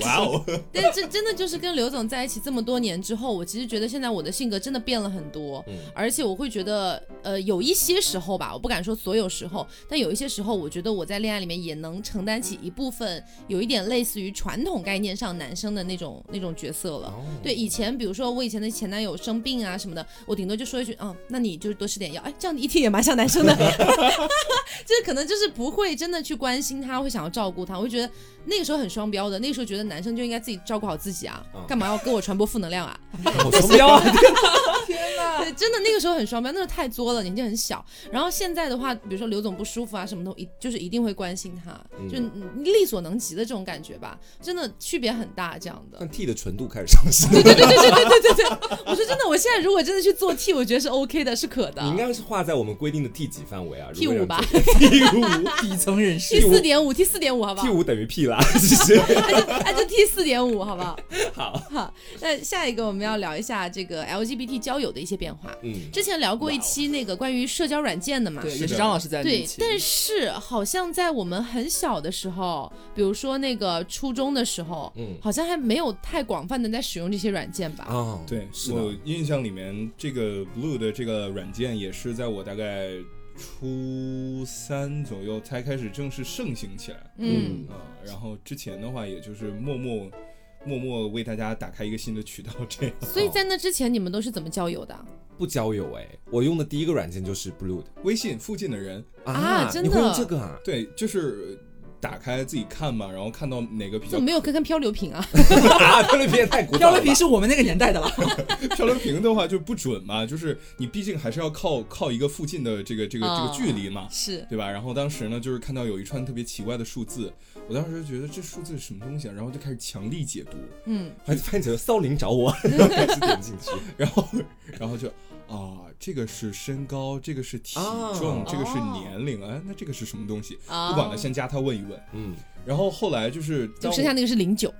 D: 哇哦，
A: 但这真的就是跟刘总在一起这么多年之后，我其实觉得现在我的性格真的变了很多，
B: 嗯
A: 而且我会觉得，呃，有一些时候吧，我不敢说所有时候，但有一些时候，我觉得我在恋爱里面也能承担起一部分，有一点类似于传统概念上男生的那种那种角色了。
B: 哦
A: 对，以前比如说我以前的前男友生病啊什么的，我顶多就说一句，嗯，那你就是多吃点药，哎，这样 一听也蛮像男生的，就是可能就是不会真的去关心他，会想要照顾他，我会觉得那个时候很双标的，那个时候觉得男生就应该自己照顾好自己啊，
B: 嗯
A: 干嘛要跟我传播负能量啊？
B: 我从不
C: 啊
B: 要，
A: 对，真的那个时候很双标，那时候太作了，年纪很小。然后现在的话，比如说刘总不舒服啊什么的，我一就是一定会关心他，
B: 嗯
A: 就嗯力所能及的这种感觉吧，真的区别很大这样的。
B: 但 T 的纯度开始上升。
A: 对对对对对对对对对，我说真的，我现在如果真的去做 T，我觉得是 OK 的，是可的
B: 你。应该是划在我们规定的 T 几范围啊
A: T 五吧
B: ，T 五
C: 底层人士
A: ，T 四点五，T 四点五，好不
B: ，T
A: 好？
B: 五等于 P 啦，其实
A: 那就 T 四点五，好不好？
B: 好，
A: 好，那下一个我们要聊一下这个 LGBT 交友的一些变化。
B: 嗯，
A: 之前聊过一期那个关于社交软件的嘛，
C: 对，
D: 是
C: 也是
D: 的
C: 张老师在
A: 对
C: 一，起。
A: 但是好像在我们很小的时候，比如说那个初中的时候，
B: 嗯
A: 好像还没有太广泛的在使用这些软件吧。
B: 啊，
D: 对，
B: 是
D: 我
A: 嗯
B: 的，
D: 印象里面这个 Blue 的这个软件也是在我大概初三左右才开始正式盛行起来
A: 嗯，
D: 啊、然后之前的话，也就是默默默默为大家打开一个新的渠道这样。
A: 所以在那之前你们都是怎么交友的？
B: 不交友哎，我用的第一个软件就是 Blue 的
D: 微信附近的人，
A: 啊真的
B: 你会用这个啊？
D: 对，就是打开自己看嘛，然后看到哪个比较
A: 怎么没有看看漂流瓶啊？
B: 啊，漂流瓶太古早
C: 漂
B: 了吧
C: 流 瓶是我们那个年代的了，
D: 漂流瓶的话就不准嘛，就是你毕竟还是要靠靠一个附近的这个这个这个距离嘛。
A: 是，
D: 对吧？然后当时呢，就是看到有一串特别奇怪的数字，我当时就觉得这数字是什么东西啊？然后就开始强力解读，
A: 嗯，
B: 还发现骚灵 找我，然后开始点进去。
D: 然后然后就啊，这个是身高，这个是体重，
B: 哦
D: 这个是年龄，哎，那这个是什么东西？
A: 啊，
D: 不管了，先加他问一问。
B: 嗯，
D: 然后后来就是
A: 就
D: 当我
A: 剩下那个是零九，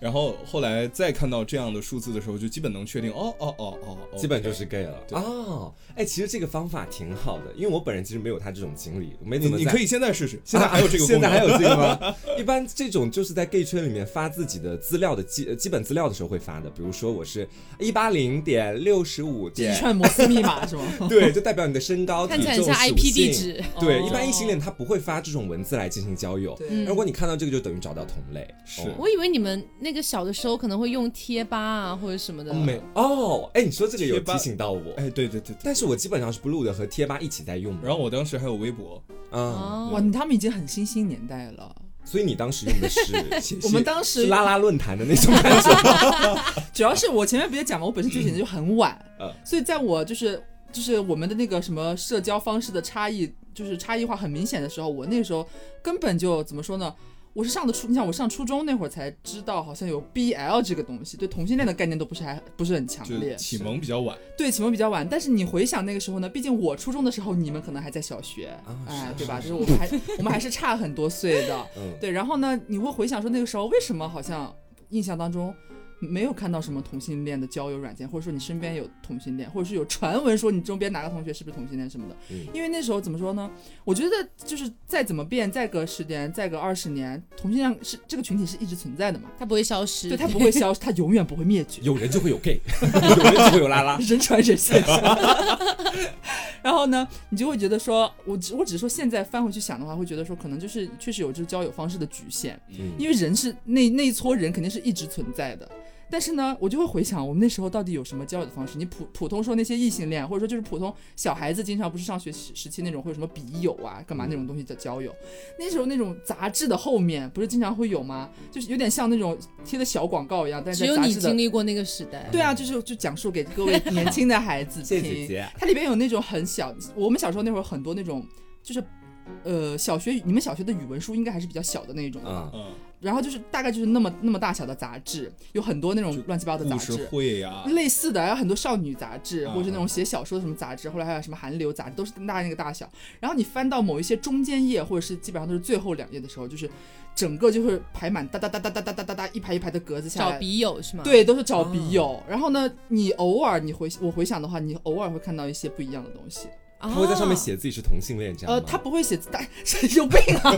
D: 然后后来再看到这样的数字的时候，就基本能确定，哦哦哦哦，哦
B: 基本就是 gay 了
D: 对
B: 哦。哎，其实这个方法挺好的，因为我本人其实没有他这种经历，我没
D: 哎你
B: 怎么
D: 你
B: 在
D: 可以现在试试， 现在还有这个
B: 啊
D: 功
B: 现
D: 能，
B: 在还有这 个吗？一般这种就是在 gay 圈里面发自己的资料的基呃基本资料的时候会发的，比如说我是一八零点六十五
C: 一
B: 点，
C: 串摩斯密码是吗？
B: 对，就代表你的身高、
A: 看
B: 体
A: 起来很
B: 重、
A: 像
B: 属
A: IP 地
B: 性。
A: 址。
B: 对，
C: 哦
B: 一般异性恋他不会发这种文字来进行交友。
C: 对
B: 如果你看到这个，就等于找到同类。
D: 是
B: 哦
A: 我以为你们那个小的时候可能会用贴吧啊或者什么的，
B: 没哦，哎，你说这个有
D: 贴吧
B: 提醒到 我，
D: 嗯哎，对对对对。
B: 但是我基本上是 blue 的和贴吧一起在用的。
D: 然后我当时还有微博，
B: 啊，
A: 啊
C: 哇，你他们已经很新兴年代了。
B: 所以你当时用的是
C: 我们当时
B: 是拉拉论坛的那种感 觉。
C: 主要是我前面别讲嘛，我本身就显得就很晚，
B: 嗯
C: 所以在我就是就是我们的那个什么社交方式的差异，就是差异化很明显的时候，我那个时候根本就怎么说呢？我是上的初，你想我上初中那会儿才知道，好像有 BL 这个东西，对同性恋的概念都不是还不是很强
D: 就
C: 烈，
D: 启蒙比较晚，
C: 对启蒙比较晚。但是你回想那个时候呢，毕竟我初中的时候，你们可能还在小学，
B: 啊
C: 哎
B: 是，
C: 对吧？就是我们还我们还是差很多岁的，
B: 嗯，
C: 对，然后呢，你会回想说那个时候为什么好像印象当中没有看到什么同性恋的交友软件，或者说你身边有同性恋，或者是有传闻说你周边哪个同学是不是同性恋什么的。
B: 嗯
C: 因为那时候怎么说呢？我觉得就是再怎么变，再隔十年，再隔二十年，同性恋是这个群体是一直存在的嘛，
A: 它不会消失。
C: 对，它不会消失，它永远不会灭绝。
B: 有人就会有 gay，有人就会有拉 拉。
C: 人传人现象。然后呢，你就会觉得说，我只我只是说现在翻回去想的话，会觉得说可能就是确实有这交友方式的局限，
B: 嗯
C: 因为人是那那一撮人肯定是一直存在的。但是呢，我就会回想我们那时候到底有什么交友的方式。你普普通说那些异性恋，或者说就是普通小孩子，经常不是上学时时期那种会有什么笔友啊，干嘛那种东西的交友。那时候那种杂志的后面不是经常会有吗？就是有点像那种贴的小广告一样，但是
A: 只
C: 在
A: 有
C: 杂
A: 你
C: 志的
A: 经历过那个时代。
C: 对啊，就是就讲述给各位年 轻的孩子
B: 谢
C: 听。
B: 姐姐啊
C: 它里边有那种很小，我们小时候那会儿很多那种就是呃，小学你们小学的语文书应该还是比较小的那种，
B: 啊，
D: 嗯，
C: 然后就是大概就是那么那么大小的杂志，有很多那种乱七八糟的杂
D: 故事
C: 志。
D: 会呀，
B: 嗯
C: 类似的，还有很多少女杂志，
D: 啊
C: 或者是那种写小说的什么杂志，后来还有什么韩流杂志，都是大概那个大小。然后你翻到某一些中间页，或者是基本上都是最后两页的时候，就是整个就会排满哒哒哒哒哒哒哒哒哒一排一排的格子下
A: 找
C: 来。
A: 笔友是吗？，
C: 对，都是找笔友。然后呢，你偶尔你回我回想的话，你偶尔会看到一些不一样的东西。
A: 他
B: 他会在上面。写自己是同性恋这样
C: 呃，
B: 吗
C: 他不会写字，但神 经有病啊！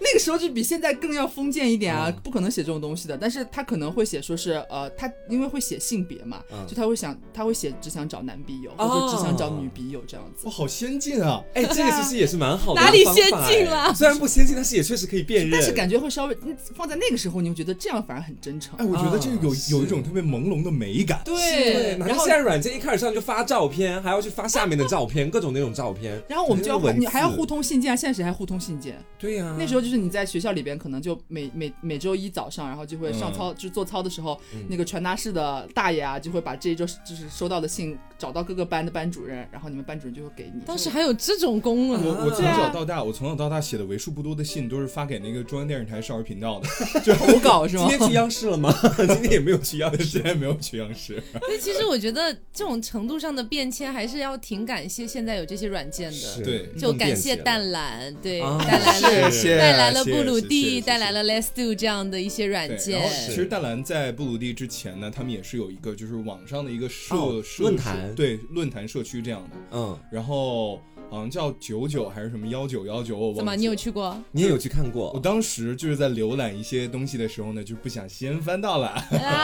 C: 那个时候就比现在更要封建一点啊，
B: 嗯
C: 不可能写这种东西的。但是他可能会写说是呃，他因为会写性别嘛，
B: 嗯
C: 就他会想，他会写只想找男笔友，
B: 哦
C: 或者只想找女笔友这样子
D: 哇，。好先进啊！
B: 哎，这个其实也是蛮好的
A: 哪里
B: 方法
A: 先进了
B: 哎虽然不先进，但是也确实可以辨认。
C: 但是感觉会稍微嗯放在那个时候，你会觉得这样反而很真诚
D: 哎，。我觉得这个有
B: 啊
D: 有一
B: 是
D: 种特别朦胧的美感。
B: 对，哪
C: 然
B: 怕
C: 后
B: 现在软件一开始上就发照片，还要去发下面的照片，各种那种照片。
C: 然后我们就要
B: 文字
C: 你还要互通信件啊，现在谁还互通信件？
B: 对呀、
C: 那时候就是你在学校里边，可能就每每每周一早上，然后就会上操，就是做操的时候，那个传达室的大爷啊，就会把这一周就是收到的信找到各个班的班主任，然后你们班主任就会给你。
A: 当时还有这种功
D: 我
A: 能，
D: 我从
C: 对啊
D: 小到大，我从小到大写的为数不多的信都是发给那个中央电视台少儿频道的，
C: 投稿是
B: 今
C: 吗？
B: 天去央视了吗？ 今天也没有去央视
D: 现。在没有去央视。
A: 那其实我觉得这种程度上的变迁，还是要挺感谢现在有这些软件的，
B: 是
D: 对
A: 就
B: 更便
A: 感
B: 捷
A: 谢
B: 了
A: 淡蓝，对，
B: 啊
A: 带来
B: 是
A: 了
B: 谢
A: 带来了
D: 谢
A: 布鲁
D: 谢谢
A: 蒂，
D: 谢
A: 带来了 Let's Do 这样的一些软
D: 对，然
A: 件
D: 后，其
B: 是
D: 实淡蓝在布鲁蒂之前呢，他们也是有一个就是网上的一个社、
B: 哦
D: 社
B: 论坛
D: 对论坛社区这样的，
B: 嗯，
D: 然后好像叫九九还是什么幺九幺九，我忘记
A: 怎么
D: 了
A: 你有？去过？
B: 你也有去看过
D: 我？当时就是在浏览一些东西的时候呢，就不想先翻到了
A: 啊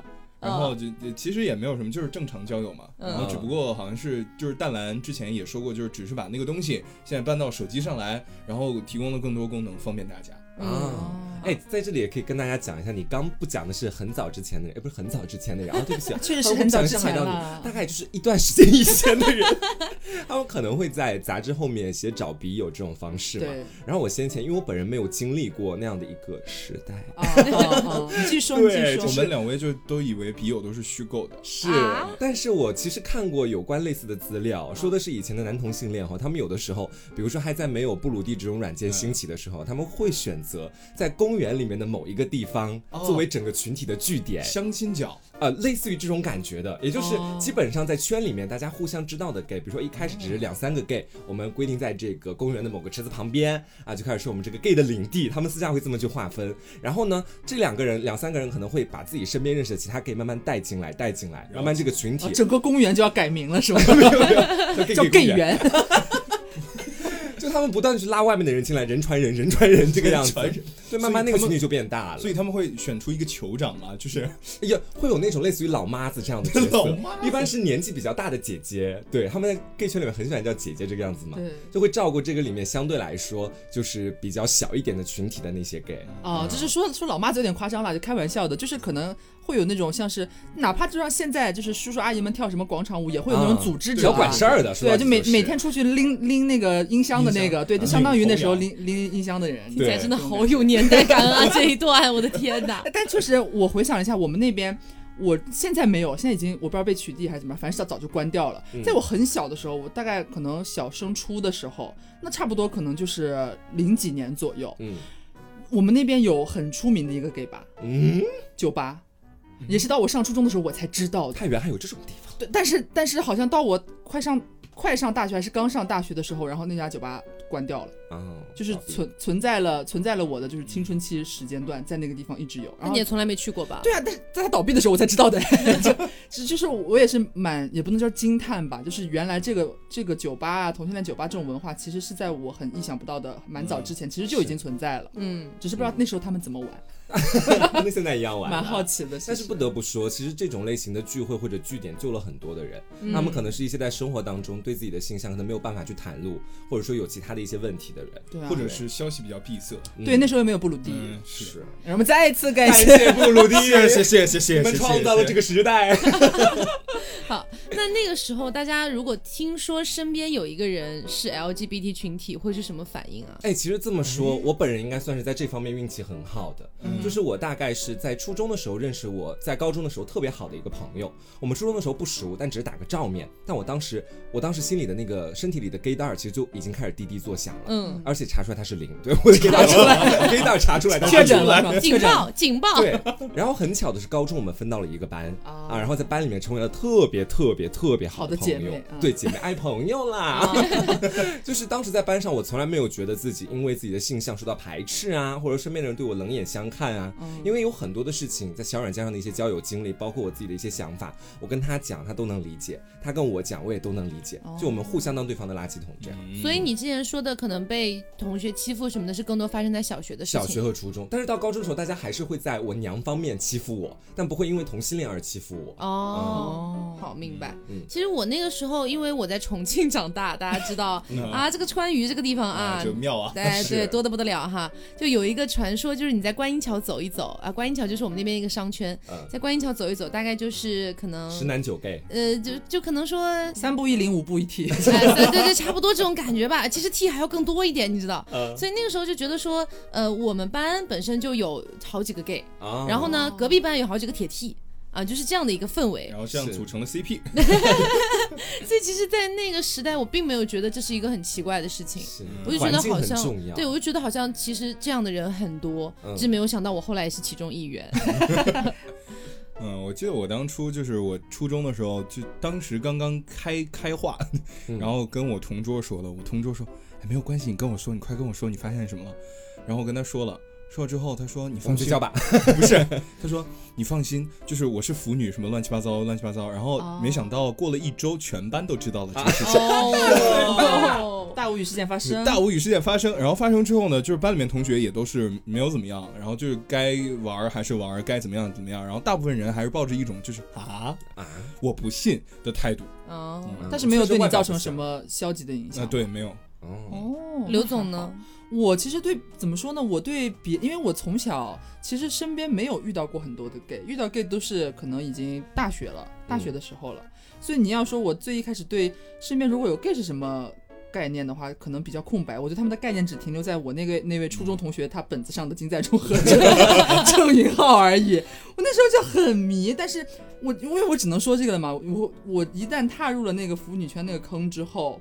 D: 啊。，然后就就其实也没有什么，就是正常交友嘛。
A: 嗯
D: 然后只不过好像是就是淡蓝之前也说过，就是只是把那个东西现在搬到手机上来，然后提供了更多功能，方便大家。
C: 嗯
A: 嗯
B: 啊。 哎，在这里也可以跟大家讲一下，你刚不讲的是很早之前的人，哎，不是很早之前的人啊，对不 起，
C: 确实
B: 他
C: 是
B: 们
C: 很早
B: 讲
C: 之
B: 上海
C: 前
B: 到你
C: 了
B: 大概就是一段时间以前的人， 他们可能会在杂志后面写找笔友这种方式嘛。
C: 对
B: 然后我先前因为我本人没有经历过那样的一个时代，
C: 啊啊，啊 你继续说，你继续
D: 我
C: 说。
D: 们两位就都以为笔友都是虚构的，
B: 是
A: 啊
B: 但是我其实看过有关类似的资料，说的是以前的男同性恋哈，他们有的时候，比如说还在没有布鲁蒂这种软件兴起的时候，他们会选择在公园里面的某一个地方
D: 哦
B: 作为整个群体的据点，
D: 相亲角。
B: 呃，类似于这种感觉的，也就是
C: 哦
B: 基本上在圈里面大家互相知道的 gay，比如说一开始只是两三个 gay，我们规定在这个公园的某个池子旁边啊，就开始说我们这个 gay 的领地，他们私下会这么去划分。啊然后呢，这两个人、两三个人可能会把自己身边认识的其他 gay 慢慢带进来，带进来，慢慢这个群 体
C: 啊整个公园就要改名了是吗？
B: 就
C: 叫
B: gay
C: gay
B: 公园
C: 园。
B: 就他们不断地去拉外面的人进来，人传人，人传人这个样子
D: 人传人，
B: 对，慢慢那个
D: 所以他们
B: 群体就变大了
D: 所。以他们会选出一个酋长嘛，就是
B: 哎呀，会有那种类似于老妈子这样的角
D: 老
B: 色
D: 妈，
B: 一般是年纪比较大的姐姐，对，他们在 gay 圈里面很喜欢叫姐姐这个样子嘛，
C: 对
B: 就会照顾这个里面相对来说就是比较小一点的群体的那些 gay，
C: 哦，就是说说老妈子有点夸张了，就开玩笑的，就是可能会有那种像是，哪怕就像现在就是叔叔阿姨们跳什么广场舞，也会有那种组织
B: 比
C: 者、
B: 较嗯
C: 啊
B: 管事儿的，说
C: 对，
B: 到
C: 就
B: 底
C: 每
B: 是啊
C: 每天出去拎拎那个音箱的那个，对，就相当于那时候拎拎音箱的人。
A: 听起来
B: 对
A: 真的好有 年代感啊！这一段，我的天哪！
C: 但确实，我回想了一下，我们那边。我现在没有，现在已经我不知道被取缔还是怎么样，反正早早就关掉了。
B: 嗯
C: 在我很小的时候，我大概可能小升初的时候，那差不多可能就是零几年左右，
B: 嗯
C: 我们那边有很出名的一个 gay 吧，
B: 嗯，
C: 酒吧，也是到我上初中的时候我才知道的。
B: 太原还有这种地方，
C: 对，但是但是好像到我快上快上大学还是刚上大学的时候，然后那家酒吧关掉了，
B: 哦，
C: 就是
B: 好的
C: 存存在了存在了我的就是青春期时间段，在那个地方一直有。
A: 那
C: 然
A: 你
C: 后
A: 也从来没去过吧？
C: 对啊，但是在他倒闭的时候我才知道的， 就就是我也是蛮也不能叫惊叹吧，就是原来这个这个酒吧啊，同性恋酒吧这种文化，其实是在我很意想不到的蛮
B: 嗯
C: 早之前，其实就已经存在了，
A: 嗯，
C: 只是不知道那时候他们怎么玩，
B: 跟现在一样玩，
C: 蛮好。奇的。
B: 但
C: 其
B: 是
C: 实
B: 不得不说，其实这种类型的聚会或者聚点救了很多的人。
A: 嗯
B: 他们可能是一些在生活当中对自己的性向可能没有办法去袒露，或者说有其他的一些问题的人。
C: 对啊，
D: 或者是消息比较闭塞。
B: 嗯
C: 对那时候又没有布鲁迪。
D: 嗯，是。
C: 让我们再一次感
B: 感
C: 谢
B: 谢布鲁蒂，
D: 谢谢谢
B: 你们创造了这个时代。
A: 好，那那个时候大家如果听说身边有一个人是 LGBT 群体，会是什么反应啊？
B: 哎，其实这么说，我本人应该算是在这方面运气很好的，就是我大概是在初中的时候认识我在高中的时候特别好的一个朋友，我们初中的时候不熟，但只是打个照面，但我当时我当时心里的那个身体里的 gay 蛋儿其实就已经开始滴滴作响了，
A: 嗯，
B: 而且查出来它是零，对我的 gay 蛋儿出来，gay 蛋儿查出来它是
C: 确
B: 零
C: 诊了是吧？
A: 警报，警报，
B: 对，然后很巧的是，高中我们分到了一个班
C: 啊
B: 啊然后在班里面成为了特别特别特别好
C: 好的
B: 朋
C: 姐
B: 友，
C: 妹哦啊
B: 对姐妹爱朋友啦。 就是当时在班上，我从来没有觉得自己因为自己的性向受到排斥啊，或者身边的人对我冷眼相看啊。
C: 嗯
B: 因为有很多的事情在小软件上的一些交友经历，包括我自己的一些想法，我跟他讲，他都能理解；他跟我讲，我也都能理解。
C: 哦
B: 就我们互相当对方的垃圾桶这
C: 嗯
B: 样。
D: 嗯
A: 所以你之前说的可能被同学欺负什么的，是更多发生在小学的事情。
B: 小学和初中，但是到高中的时候，大家还是会在我娘方面欺负我，但不会因为同性恋而欺负我。
A: 哦，好明白。
B: 嗯嗯
A: 其实我那个时候，因为我在重庆长大，大家知 道啊，这个川渝这个地方啊，
D: 就妙啊，
A: 哎，
D: 是
A: 对，多的不得了哈！就有一个传说，就是你在观音桥走一走啊，观音桥就是我们那边一个商圈，
B: 嗯
A: 在观音桥走一走，大概就是可能
B: 十男九 gay，
A: 呃，就就可能说，哎，
C: 三步一零，五步一踢。
A: 对对对，差不多这种感觉吧。其实 T 还要更多一点，你知道。所以那个时候就觉得说，呃，我们班本身就有好几个 gay，
B: 啊
A: 然后呢，隔壁班有好几个铁 T。啊，就是这样的一个氛围
D: 然，后这样
B: 是
D: 组成了 CP，
A: 所以其实，在那个时代，我并没有觉得这是一个很奇怪的事情，
B: 是
A: 我就觉得
B: 环境
A: 好
B: 很
A: 像
B: 重，要
A: 对我就觉得好像其实这样的人很多，
B: 嗯
A: 只是没有想到我后来也是其中一 员。
D: 嗯，我记得我当初就是我初中的时候，就当时刚刚开开化，
B: 嗯
D: 然后跟我同桌说了，我同桌说，哎，没有关系，你跟我说，你快跟我说你发现什么了。然后我跟他说了，说了之后，他说你
B: 我们
D: 放
B: 睡
D: 心
B: 觉，吧。
D: 不是，他说你放心，就是我是腐女，什么乱七八糟，乱七八糟。然后没想到过了一周，全班都知道了这个事情。
A: 哦，
C: 大无语事件发生，
D: 大无语事件发生，然后发生之后呢，就是班里面同学也都是没有怎么样，然后就是该玩儿还是玩儿，该怎么样怎么样，然后大部分人还是抱着一种就是啊
B: 啊
D: 我不信的态度。
C: 哦
D: 嗯
C: 但是没有对你造成什么消极的影响。
D: 啊，对，没有，
B: 哦，
C: 哦，
A: 刘总呢？
C: 我其实对怎么说呢？我对别，因为我从小其实身边没有遇到过很多的 gay，遇到 gay 都是可能已经大学了，大学的时候了。所以你要说我最一开始对身边如果有 gay 是什么概念的话，可能比较空白。我对他们的概念只停留在我那个那位初中同学他本子上的金在中和郑 郑云浩而已。我那时候就很迷，但是我因为我只能说这个了嘛，我我一旦踏入了那个腐女圈那个坑之后。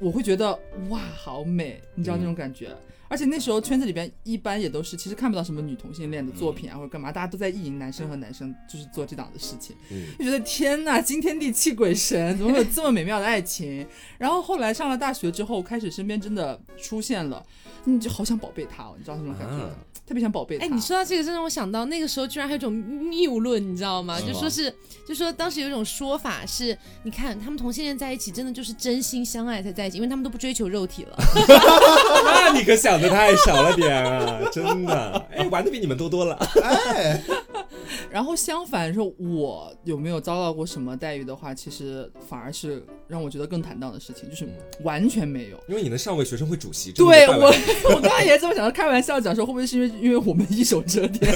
C: 我会觉得哇，好美，你知道那种感觉。而且那时候圈子里边一般也都是，其实看不到什么女同性恋的作品啊，或者干嘛，大家都在意淫男生和男生，就是做这档的事情。
B: 嗯
C: 就觉得天呐，惊天地泣鬼神，怎么会有这么美妙的爱情？然后后来上了大学之后，开始身边真的出现了，你就好想宝贝他、哦，你知道那种感觉，
B: 啊
C: 特别想宝贝他。
A: 哎，你说到这个，真让我想到那个时候，居然还有一种谬论，你知道吗？
B: 是
A: 就
B: 吗
A: 说是，就说当时有一种说法是，你看他们同性恋在一起，真的就是真心相爱才在一起，因为他们都不追求肉体了。
B: 那你可想的太少了点啊，真的。哎，玩的比你们多多了。
C: 然后相反说，我有没有遭到过什么待遇的话，其实反而是让我觉得更坦荡的事情，就是完全没有。
B: 因为你能上位学生会主席，真的
C: 对
B: 是拜
C: 我
B: 完，
C: 我刚刚也这么想着，开玩笑讲说，会不会是因为因为我们一手遮天，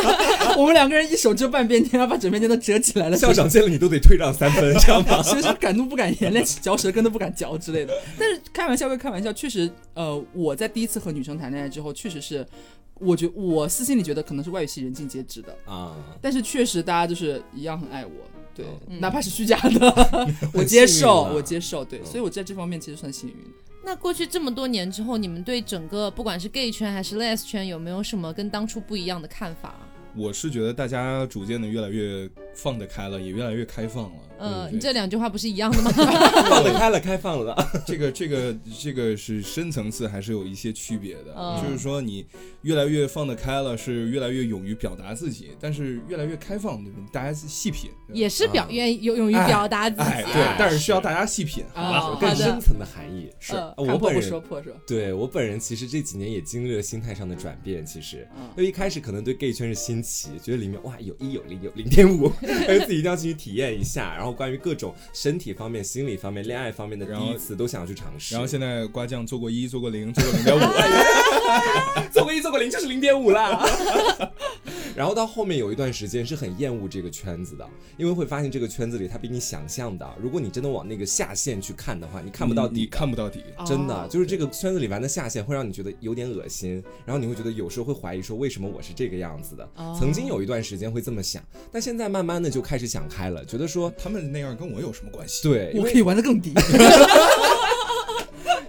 C: 我们两个人一手遮半边天，然后把整边天都遮起来了，
B: 校长见了你都得退让三 分，啊知道吗？
C: 学生敢怒不敢言，连嚼舌根都不敢嚼之类的。但是开玩笑归开玩笑，确实，呃，我在第一次和女生谈恋爱之后，确实是，我觉我私心里觉得可能是外语系人尽皆知的，
B: 啊，
A: 哦
C: 但是确实大家就是一样很爱我，对，
A: 嗯
C: 哪怕是虚假的，我接
B: 哦
C: 受，
B: 很幸运啊
C: 我接受，对，所以我在这方面其实算幸运的。
A: 那过去这么多年之后，你们对整个不管是 gay 圈还是 les 圈，有没有什么跟当初不一样的看法？
D: 我是觉得大家逐渐的越来越放得开了，也越来越开放了。
A: 呃，
B: 嗯
D: 对
A: 你这两句话不是一样的吗？
B: 放得开了，开放
A: 哦
B: 了。
D: 这个这个这个是深层次还是有一些区别的，
A: 嗯
D: 就是说你越来越放得开了，是越来越勇于表达自己，但是越来越开放，对不对？大家细品。对吧
A: 也是表愿勇勇于表达自己
D: 哎，
A: 啊，
D: 对，但是需要大家细品，好吧？
C: 啊
B: 更
C: 好的
B: 深层的含义是啊哦
C: 呃
B: 我
C: 看破
B: 本
C: 不
B: 人
C: 说破说，
B: 对我本人，其实这几年也经历了心态上的转变。其实，
C: 嗯
B: 就一开始可能对 gay 圈是新奇，觉得里面哇有一有零有零点五，而自己一定要进去体验一下。然后关于各种身体方面、心理方面、恋爱方面的
D: 然
B: 第一
D: 后
B: 次都想要去尝试。
D: 然后现在瓜酱做过一，做过零，做过零点五，
B: 做过一、做过零就是零点五啦。 然后到后面有一段时间是很厌恶这个圈子的，因为会发现这个圈子里它比你想象的，如果你真的往那个下线去看的话，你看不到
D: 你
B: 底的。
D: 看不到底。
B: 真的
C: 哦
B: 就是这个圈子里玩的下限会让你觉得有点恶心，然后你会觉得有时候会怀疑说为什么我是这个样子的。
A: 哦
B: 曾经有一段时间会这么想，但现在慢慢的就开始想开了，觉得说
D: 他们那样跟我有什么关系？
B: 对，因
C: 我
B: 为
C: 可以玩的更低。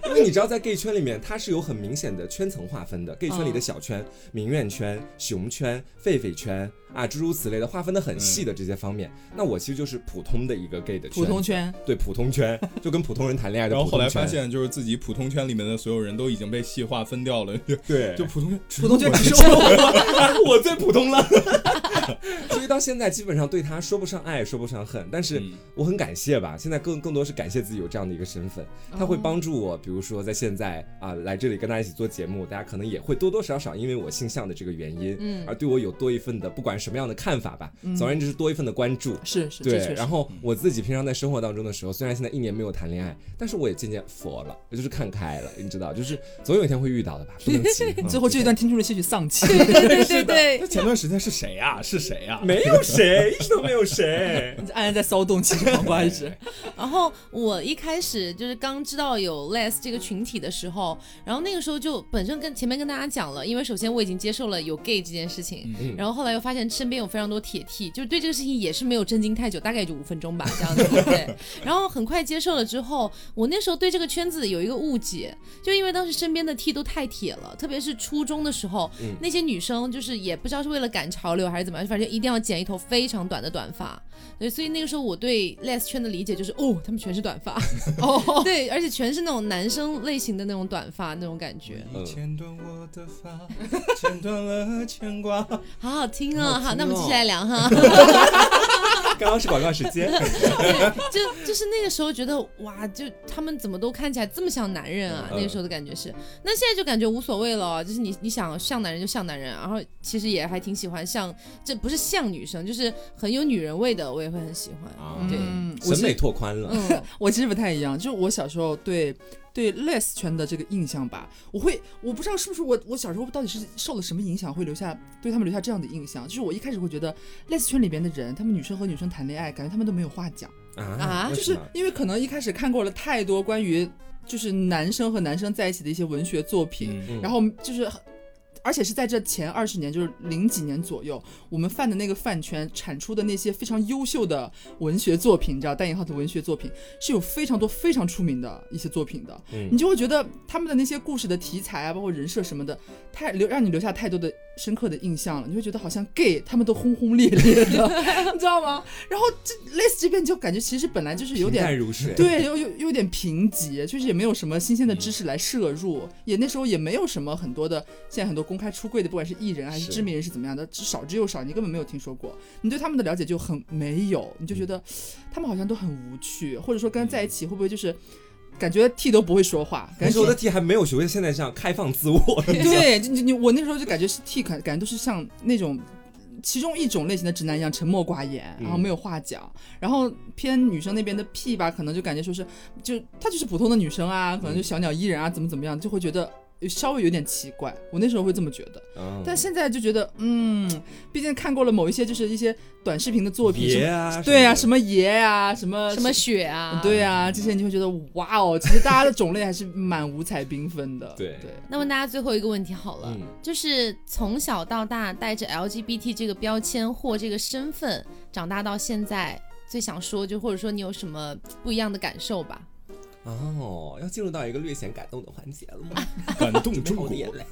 B: 因为你知道在 gay 圈里面它是有很明显的圈层划分的，gay
D: 嗯
B: 圈里的小圈、民怨圈、熊圈、狒狒圈啊，诸如此类的划分的
D: 嗯
B: 很细的这些方面。那我其实就是普通的一个 gay 的圈
C: 普通圈，
B: 对普通圈，就跟普通人谈恋爱的
D: 然后
B: 普
D: 后
B: 通圈。
D: 来发现，就是自己普通圈里面的所有人都已经被细化分掉了，就
B: 对，
D: 就普通圈，
C: 普通圈
D: 只
C: 只
D: 是
C: 是
D: 我嗯
C: 我。
B: 我最普通了，所以到现在基本上对他说不上爱，说不上恨，但是
D: 嗯
B: 我很感谢吧。现在更更多是感谢自己有这样的一个身份，他
C: 哦
B: 会帮助我，比如说在现在啊来这里跟大家一起做节目，大家可能也会多多少少因为我性向的这个原因，
A: 嗯
B: 而对我有多一份的不管什么样的看法吧，总而言之是多一份的关注。
C: 是嗯是，这确
B: 对，
C: 实
B: 然后我自己平常在生活当中的时候，虽然现在一年没有谈恋爱，但是我也渐渐佛了，也就是看开了，你知道，就是总有一天会遇到的吧，不能 急。嗯
C: 最后这一段听出了些许丧气。
A: 对对对对
D: 那，前段时间是谁呀、是谁啊呀、
B: 没有谁，一直都没有 谁。
C: 暗暗在骚动情绪，我还是
A: 然后我一开始就是刚知道有 less 这个群体的时候，然后那个时候就本身跟前面跟大家讲了，因为首先我已经接受了有 gay 这件事情，
B: 嗯
A: 然后后来又发现身边有非常多铁 T，就是对这个事情也是没有震惊太久，大概也就五分钟吧这 样子。对，然后很快接受了之后，我那时候对这个圈子有一个误解，就因为当时身边的 T 都太铁了，特别是初中的时候，
B: 嗯
A: 那些女生就是也不知道是为了赶潮流还是怎么样，反正一定要剪一头非常短的短发。对，所以那个时候我对 les 圈的理解就是，哦，他们全是短 发，
C: 哦，
A: 对，而且全是那种男生类型的那种短发那种感觉，
B: 嗯
D: 你剪断我的发，剪断了牵挂。
A: 好好听啊！
B: 好听
A: 好，那我们继续
B: 哦
A: 来聊哈。
B: 刚刚是广告时 间，
A: 就就是那个时候觉得哇，就他们怎么都看起来这么像男人啊？
B: 嗯
A: 那个时候的感觉是，那现在就感觉无所谓了，哦就是你你想像男人就像男人，啊然后其实也还挺喜欢像这不是像女生，就是很有女人味的，我也会很喜欢。
B: 啊
A: 对，
C: 嗯，我
B: 审
C: 是
B: 美拓宽了。
A: 嗯，
C: 我其实不太一样，就是我小时候对对 les 圈的这个印象吧，我会我不知道是不是我我小时候到底是受了什么影响，会留下对他们留下这样的印象。就是我一开始会觉得 les 圈里边的人，他们女生和女生谈恋爱，感觉他们都没有话讲，
B: 啊
A: 啊
B: 为
C: 就
B: 什
C: 是
B: 么
C: 因为可能一开始看过了太多关于就是男生和男生在一起的一些文学作品，
D: 嗯，
C: 然后就是很，而且是在这前二十年，就是零几年左右，我们饭的那个饭圈产出的那些非常优秀的文学作品，你知道带引号的文学作品是有非常多非常出名的一些作品的，
B: 嗯
C: 你就会觉得他们的那些故事的题材啊，包括人设什么的，太留让你留下太多的深刻的印象了，你会觉得好像 gay 他们都轰轰烈烈的，你 知道吗？然后这类似这边就感觉其实本来就是有
B: 平
C: 点
B: 淡如水。
C: 对，有有有点贫瘠，就是也没有什么新鲜的知识来摄入，也那时候也没有什么很多的，现在很多公开出柜的，不管是艺人还是
B: 是
C: 知名人是怎么样的，只少之又少，你根本没有听说过，你对他们的了解就很没有，你就觉得他们好像都很无趣，或者说跟他在一起会不会就是感觉 T 都不会说话，
B: 但
C: 感
B: 是我的
C: 觉。
B: 题还没有学会现在这样开放自 我。
C: 对，就你你我那时候就感觉是 T 感感觉都是像那种其中一种类型的直男一样沉默寡言，
B: 嗯
C: 然后没有话讲，然后偏女生那边的 P 吧，可能就感觉说是就她就是普通的女生啊，可能
B: 嗯
C: 就小鸟依人啊，怎么怎么样，就会觉得。稍微有点奇怪，我那时候会这么觉得，
B: 嗯
C: 但现在就觉得，嗯，毕竟看过了某一些就是一些短视频的作品，
B: 爷
C: 什么
B: 啊，
C: 对啊，
B: 什
C: 什
B: 么
C: 么爷啊，什么
A: 什么雪啊？
B: 嗯
C: 对啊，这些你会觉得哇哦，其实大家的种类还是蛮五彩缤纷的，
B: 对
C: 对，
A: 那问大家最后一个问题好了，
B: 嗯
A: 就是从小到大带着 LGBT 这个标签或这个身份长大到现在，最想说就或者说你有什么不一样的感受 吧？
B: 的哦，要进入到一个略显感动的环节了吗？
C: 啊
D: 感动
B: 准备
D: 中
B: 好我
D: 国
B: 的。眼泪。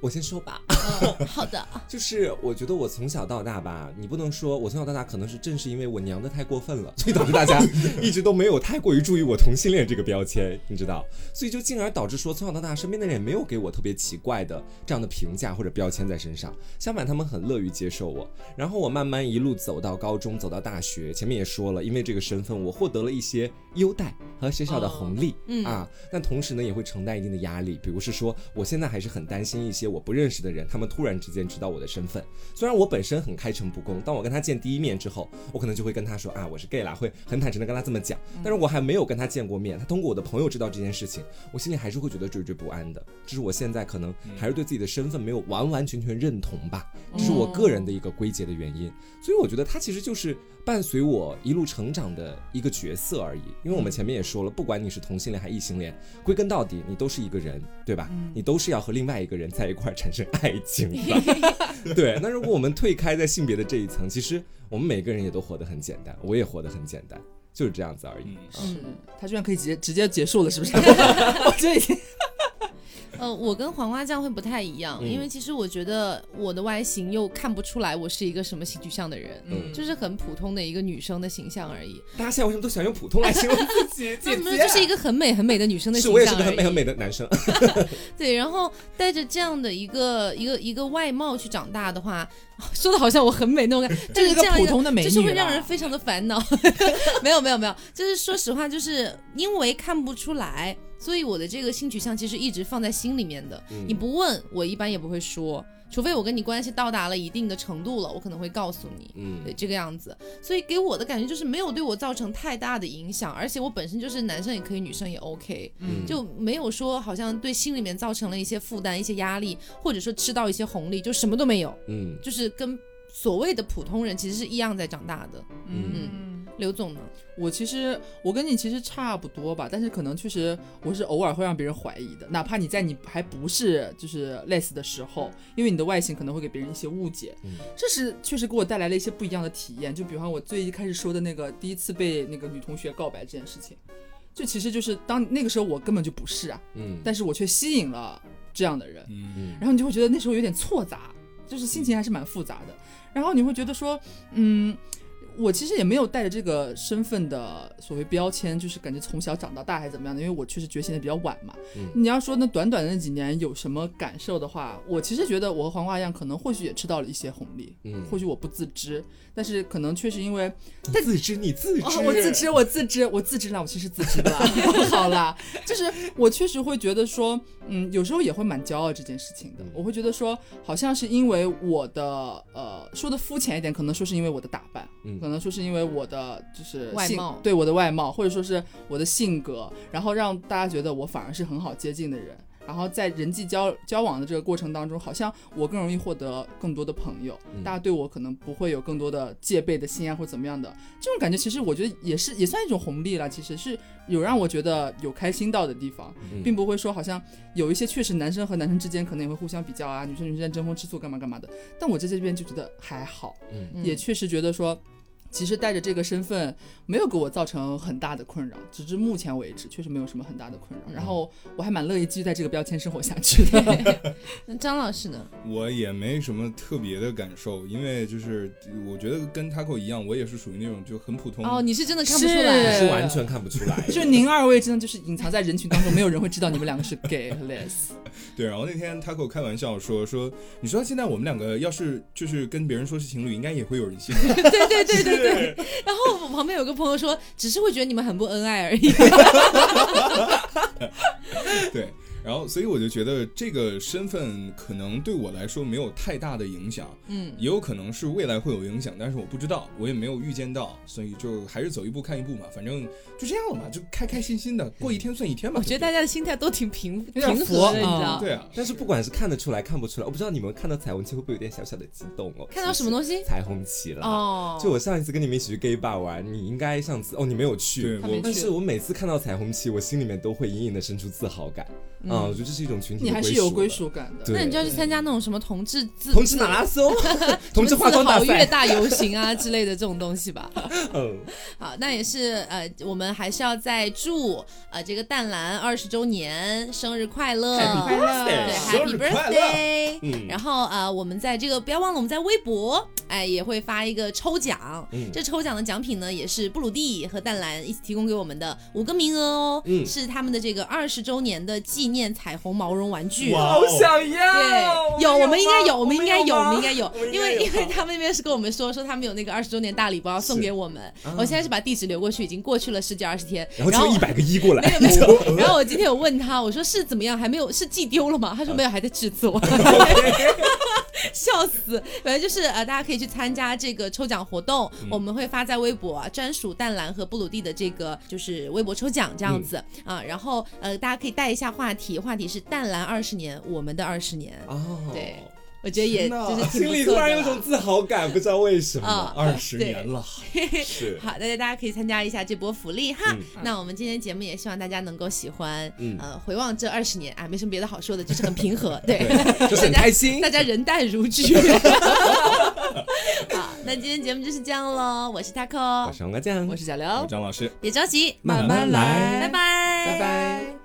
B: 我先说吧，
A: 嗯，好的，
B: 就是我觉得我从小到大吧，你不能说我从小到大可能是正是因为我娘的太过分了，所 以导致大家一直都没有太过于注意我同性恋这个标签，你知道，所以就进而导致说从小到大身边的人也没有给我特别奇怪的这样的评价或者标签在身上，相反他们很乐于接受我。然后我慢慢一路走到高中，走到大学，前面也说了，因为这个身份我获得了一些优待和学校的红利、
A: 嗯
B: 啊，但同时呢也会承担一定的压力，比如是说，我现在还是很担心一些我不认识的人，他们突然之间知道我的身份。虽然我本身很开诚布公，当我跟他见第一面之后，我可能就会跟他说啊，我是 gay 啦，会很坦诚的跟他这么讲。但是我还没有跟他见过面，他通过我的朋友知道这件事情，我心里还是会觉得惴惴不安的。这是我现在可能还是对自己的身份没有完完全全认同吧，这是我
A: 嗯
B: 个人的一个归结的原因。所以我觉得他其实就是伴随我一路成长的一个角色而已。因为我们前面也说了，不管你是同性恋还是异性恋，归根到底你都是一个人，对吧？你都是要和另外一个人在一块儿产生爱情的。 对，那如果我们退开在性别的这一层，其实我们每个人也都活得很简单，我也活得很简单，就是这样子而已。
D: 嗯
C: 是，他居然可以直接直接结束了，是 不是？我这已经
A: 呃，我跟黄瓜酱会不太一样，
B: 嗯
A: 因为其实我觉得我的外形又看不出来我是一个什么性取向的人，
B: 嗯
A: 就是很普通的一个女生的形象而已。
B: 大家现在为什么都喜欢用普通来形容自己？啊
A: 那
B: 姐
A: 么
B: 姐，
A: 就是一个很美很美的女生的
B: 是
A: 形
B: 我也是
A: 象
B: 个很
A: 而
B: 美很
A: 已
B: 美的男生。
A: 对，然后带着这样的一个一个一个外貌去长大的话， 说的好像我很美那种 感觉，就
C: 这
A: 是
C: 是个
A: 这样一
C: 普
A: 个
C: 通的美女
A: 就是会
C: 啦
A: 让人非常的烦恼。 没有没有没有，就是说实话，就是因为看不出来，所以我的这个性取向其实一直放在心里面的。你不问我，一般也不会说，除非我跟你关系到达了一定的程度了，我可能会告诉你。
B: 嗯
A: 对，这个样子，所以给我的感觉就是没有对我造成太大的影响，而且我本身就是男生也可以，女生也 OK，
B: 嗯
A: 就没有说好像对心里面造成了一些负担、一些压力，或者说吃到一些红利，就什么都没有，
B: 嗯，
A: 就是跟所谓的普通人其实是一样在长大的。
C: 嗯。
A: 刘总呢？
C: 我其实我跟你其实差不多吧，但是可能确实我是偶尔会让别人怀疑的，哪怕你在你还不是就是类似的时候，因为你的外形可能会给别人一些误解，
B: 嗯
C: 这是确实给我带来了一些不一样的体验。就比方我最一开始说的那个第一次被那个女同学告白这件事情，就其实就是当那个时候我根本就不是啊，
B: 嗯，
C: 但是我却吸引了这样的人，
D: 嗯
C: 然后你就会觉得那时候有点错杂，就是心情还是蛮复杂的。然后你会觉得说，嗯，我其实也没有带着这个身份的所谓标签，就是感觉从小长到大还是怎么样的，因为我确实觉醒的比较晚嘛。
B: 嗯
C: 你要说那短短的那几年有什么感受的话，我其实觉得我和黄瓜一样，可能或许也吃到了一些红利，
B: 嗯
C: 或许我不自知，但是可能确实因为
B: 你自知你自知，
C: 哦，我自知，我自知，我自知啦，我其实自知的 啦。好啦，就是我确实会觉得说，嗯，有时候也会蛮骄傲这件事情的
B: 嗯。
C: 我会觉得说，好像是因为我的呃，说的肤浅一点，可能说是因为我的打扮，
B: 嗯
C: 可能说是因为我的就是
A: 外
C: 性
A: 貌
C: 对我的外貌，或者说是我的性格，然后让大家觉得我反而是很好接近的人。然后在人际交交往的这个过程当中，好像我更容易获得更多的朋友，
B: 嗯
C: 大家对我可能不会有更多的戒备的心啊，或者怎么样的。这种感觉其实我觉得也是也算一种红利了，其实是有让我觉得有开心到的地方，
B: 嗯
C: 并不会说好像有一些确实男生和男生之间可能也会互相比较啊，女生女生之间争风吃醋干嘛干嘛的。但我在这边就觉得还好，
B: 嗯
A: 嗯
C: 也确实觉得说。其实带着这个身份，没有给我造成很大的困扰，直至目前为止，确实没有什么很大的困
A: 嗯
C: 扰。然后我还蛮乐意继续在这个标签生活下去的。
A: 那张老师呢？
D: 我也没什么特别的感受，因为就是我觉得跟 Taco 一样，我也是属于那种就很普通。
A: 哦，你是真的看不出
C: 是
A: 来。
B: 是完全看不出来。
C: 就您二位真的就是隐藏在人群当中，没有人会知道你们两个是 gay 和 les。
D: 对，然后那天他跟我开玩笑说说，你说现在我们两个要是就是跟别人说是情侣，应该也会有人信。
A: 对对对对对。然后我旁边有个朋友说，只是会觉得你们很不恩爱而已。
D: 对，然后所以我就觉得这个身份可能对我来说没有太大的影响，
A: 嗯，
D: 也有可能是未来会有影响，但是我不知道，我也没有预见到，所以就还是走一步看一步嘛，反正就这样了嘛，就开开心心的过一天算一天吧。
A: 我觉得大
D: 对
A: 家的心态都挺平
C: 有点
A: 平
C: 佛
A: 和的，你知
C: 嗯
A: 道
D: 不？对对啊，
B: 但是不管是看得出来看不出来，我不知道你们看到彩虹旗会不会有点小小的激动哦？
A: 看到什么东西？
B: 彩虹旗了。
A: 哦，
B: 就我上一次跟你们一起去 gay bar 玩，你应该上次哦，你没有去
D: 对，
C: 他没
D: 我
C: 去
B: 但是我每次看到彩虹旗，我心里面都会隐隐的生出自豪感。嗯，我觉得这是一种群体
C: 你
B: 的
C: 还是
B: 属
C: 有归
B: 的。
C: 属感的。
B: 对
A: 那你就要去参加那种什么同志自
B: 同志马拉松，同志化妆大
A: 自豪越
B: 赛，
A: 大游行啊之类的这种东西吧。
B: 嗯，
A: 好，那也是呃，我们还是要再祝呃这个淡蓝二十周年生日快乐
B: Happy
A: 对
B: birthday 生
A: ，Happy
D: 日快乐
A: birthday！
B: 嗯
A: 然后呃，我们在这个不要忘了，我们在微博哎也会发一个抽奖，
B: 嗯
A: 这抽奖的奖品呢也是布鲁蒂和淡蓝一起提供给我们的五个名额哦，
B: 嗯
A: 是他们的这个二十周年的纪念面彩虹毛绒玩具。
D: 哇
B: 好想要！
A: 对，有，我们应该
B: 有
A: 有，
B: 吗，
A: 我们应该有，我们应
B: 有吗。
A: 该有
B: 我们，应
A: 因
B: 该
A: 为
B: 有
A: 因为
B: 吧
A: 他们那边是跟我们说说他们有那个二十周年大礼包要送
B: 是
A: 给我们
B: 啊，
A: 我现在是把地址留过去，已经过去了十几二十天，
B: 然后就一百个一过来，
A: 没有没有。然后我今天有问他，我说是怎么样，还没有是寄丢了吗？
B: 啊
A: 他说没有，还在制作。 笑死！反正就是呃，大家可以去参加这个抽奖活动，
B: 嗯
A: 我们会发在微博、啊、专属淡蓝和布鲁蒂的这个就是微博抽奖这样子、
B: 嗯
A: 啊。然后呃，大家可以带一下话题，话题是淡蓝二十年，我们的二十 年。
B: 哦，
A: 对，我觉得也
D: 天哪
A: 就是挺
B: 心里
A: 不
B: 突
A: 错的
B: 然有
A: 啦。
B: 种自豪感，不知道为什么
A: 啊。
D: 二十
A: 对
D: 年了，
B: 是，
A: 好，大家大家可以参加一下这波福利哈。
B: 嗯
A: 那我们今天节目也希望大家能够喜欢，
B: 嗯
A: 呃，回望这二十年啊，没什么别的好说 的，就是很平和，对，
B: 就是很开心
A: 大。家人淡如 菊。好，那今天节目就是这样喽，我是 taco，
B: 我是王瓜酱，
C: 我是贾良
D: 张老师。
A: 别着急，
B: 慢慢
C: 来
A: 拜拜，
C: 拜拜。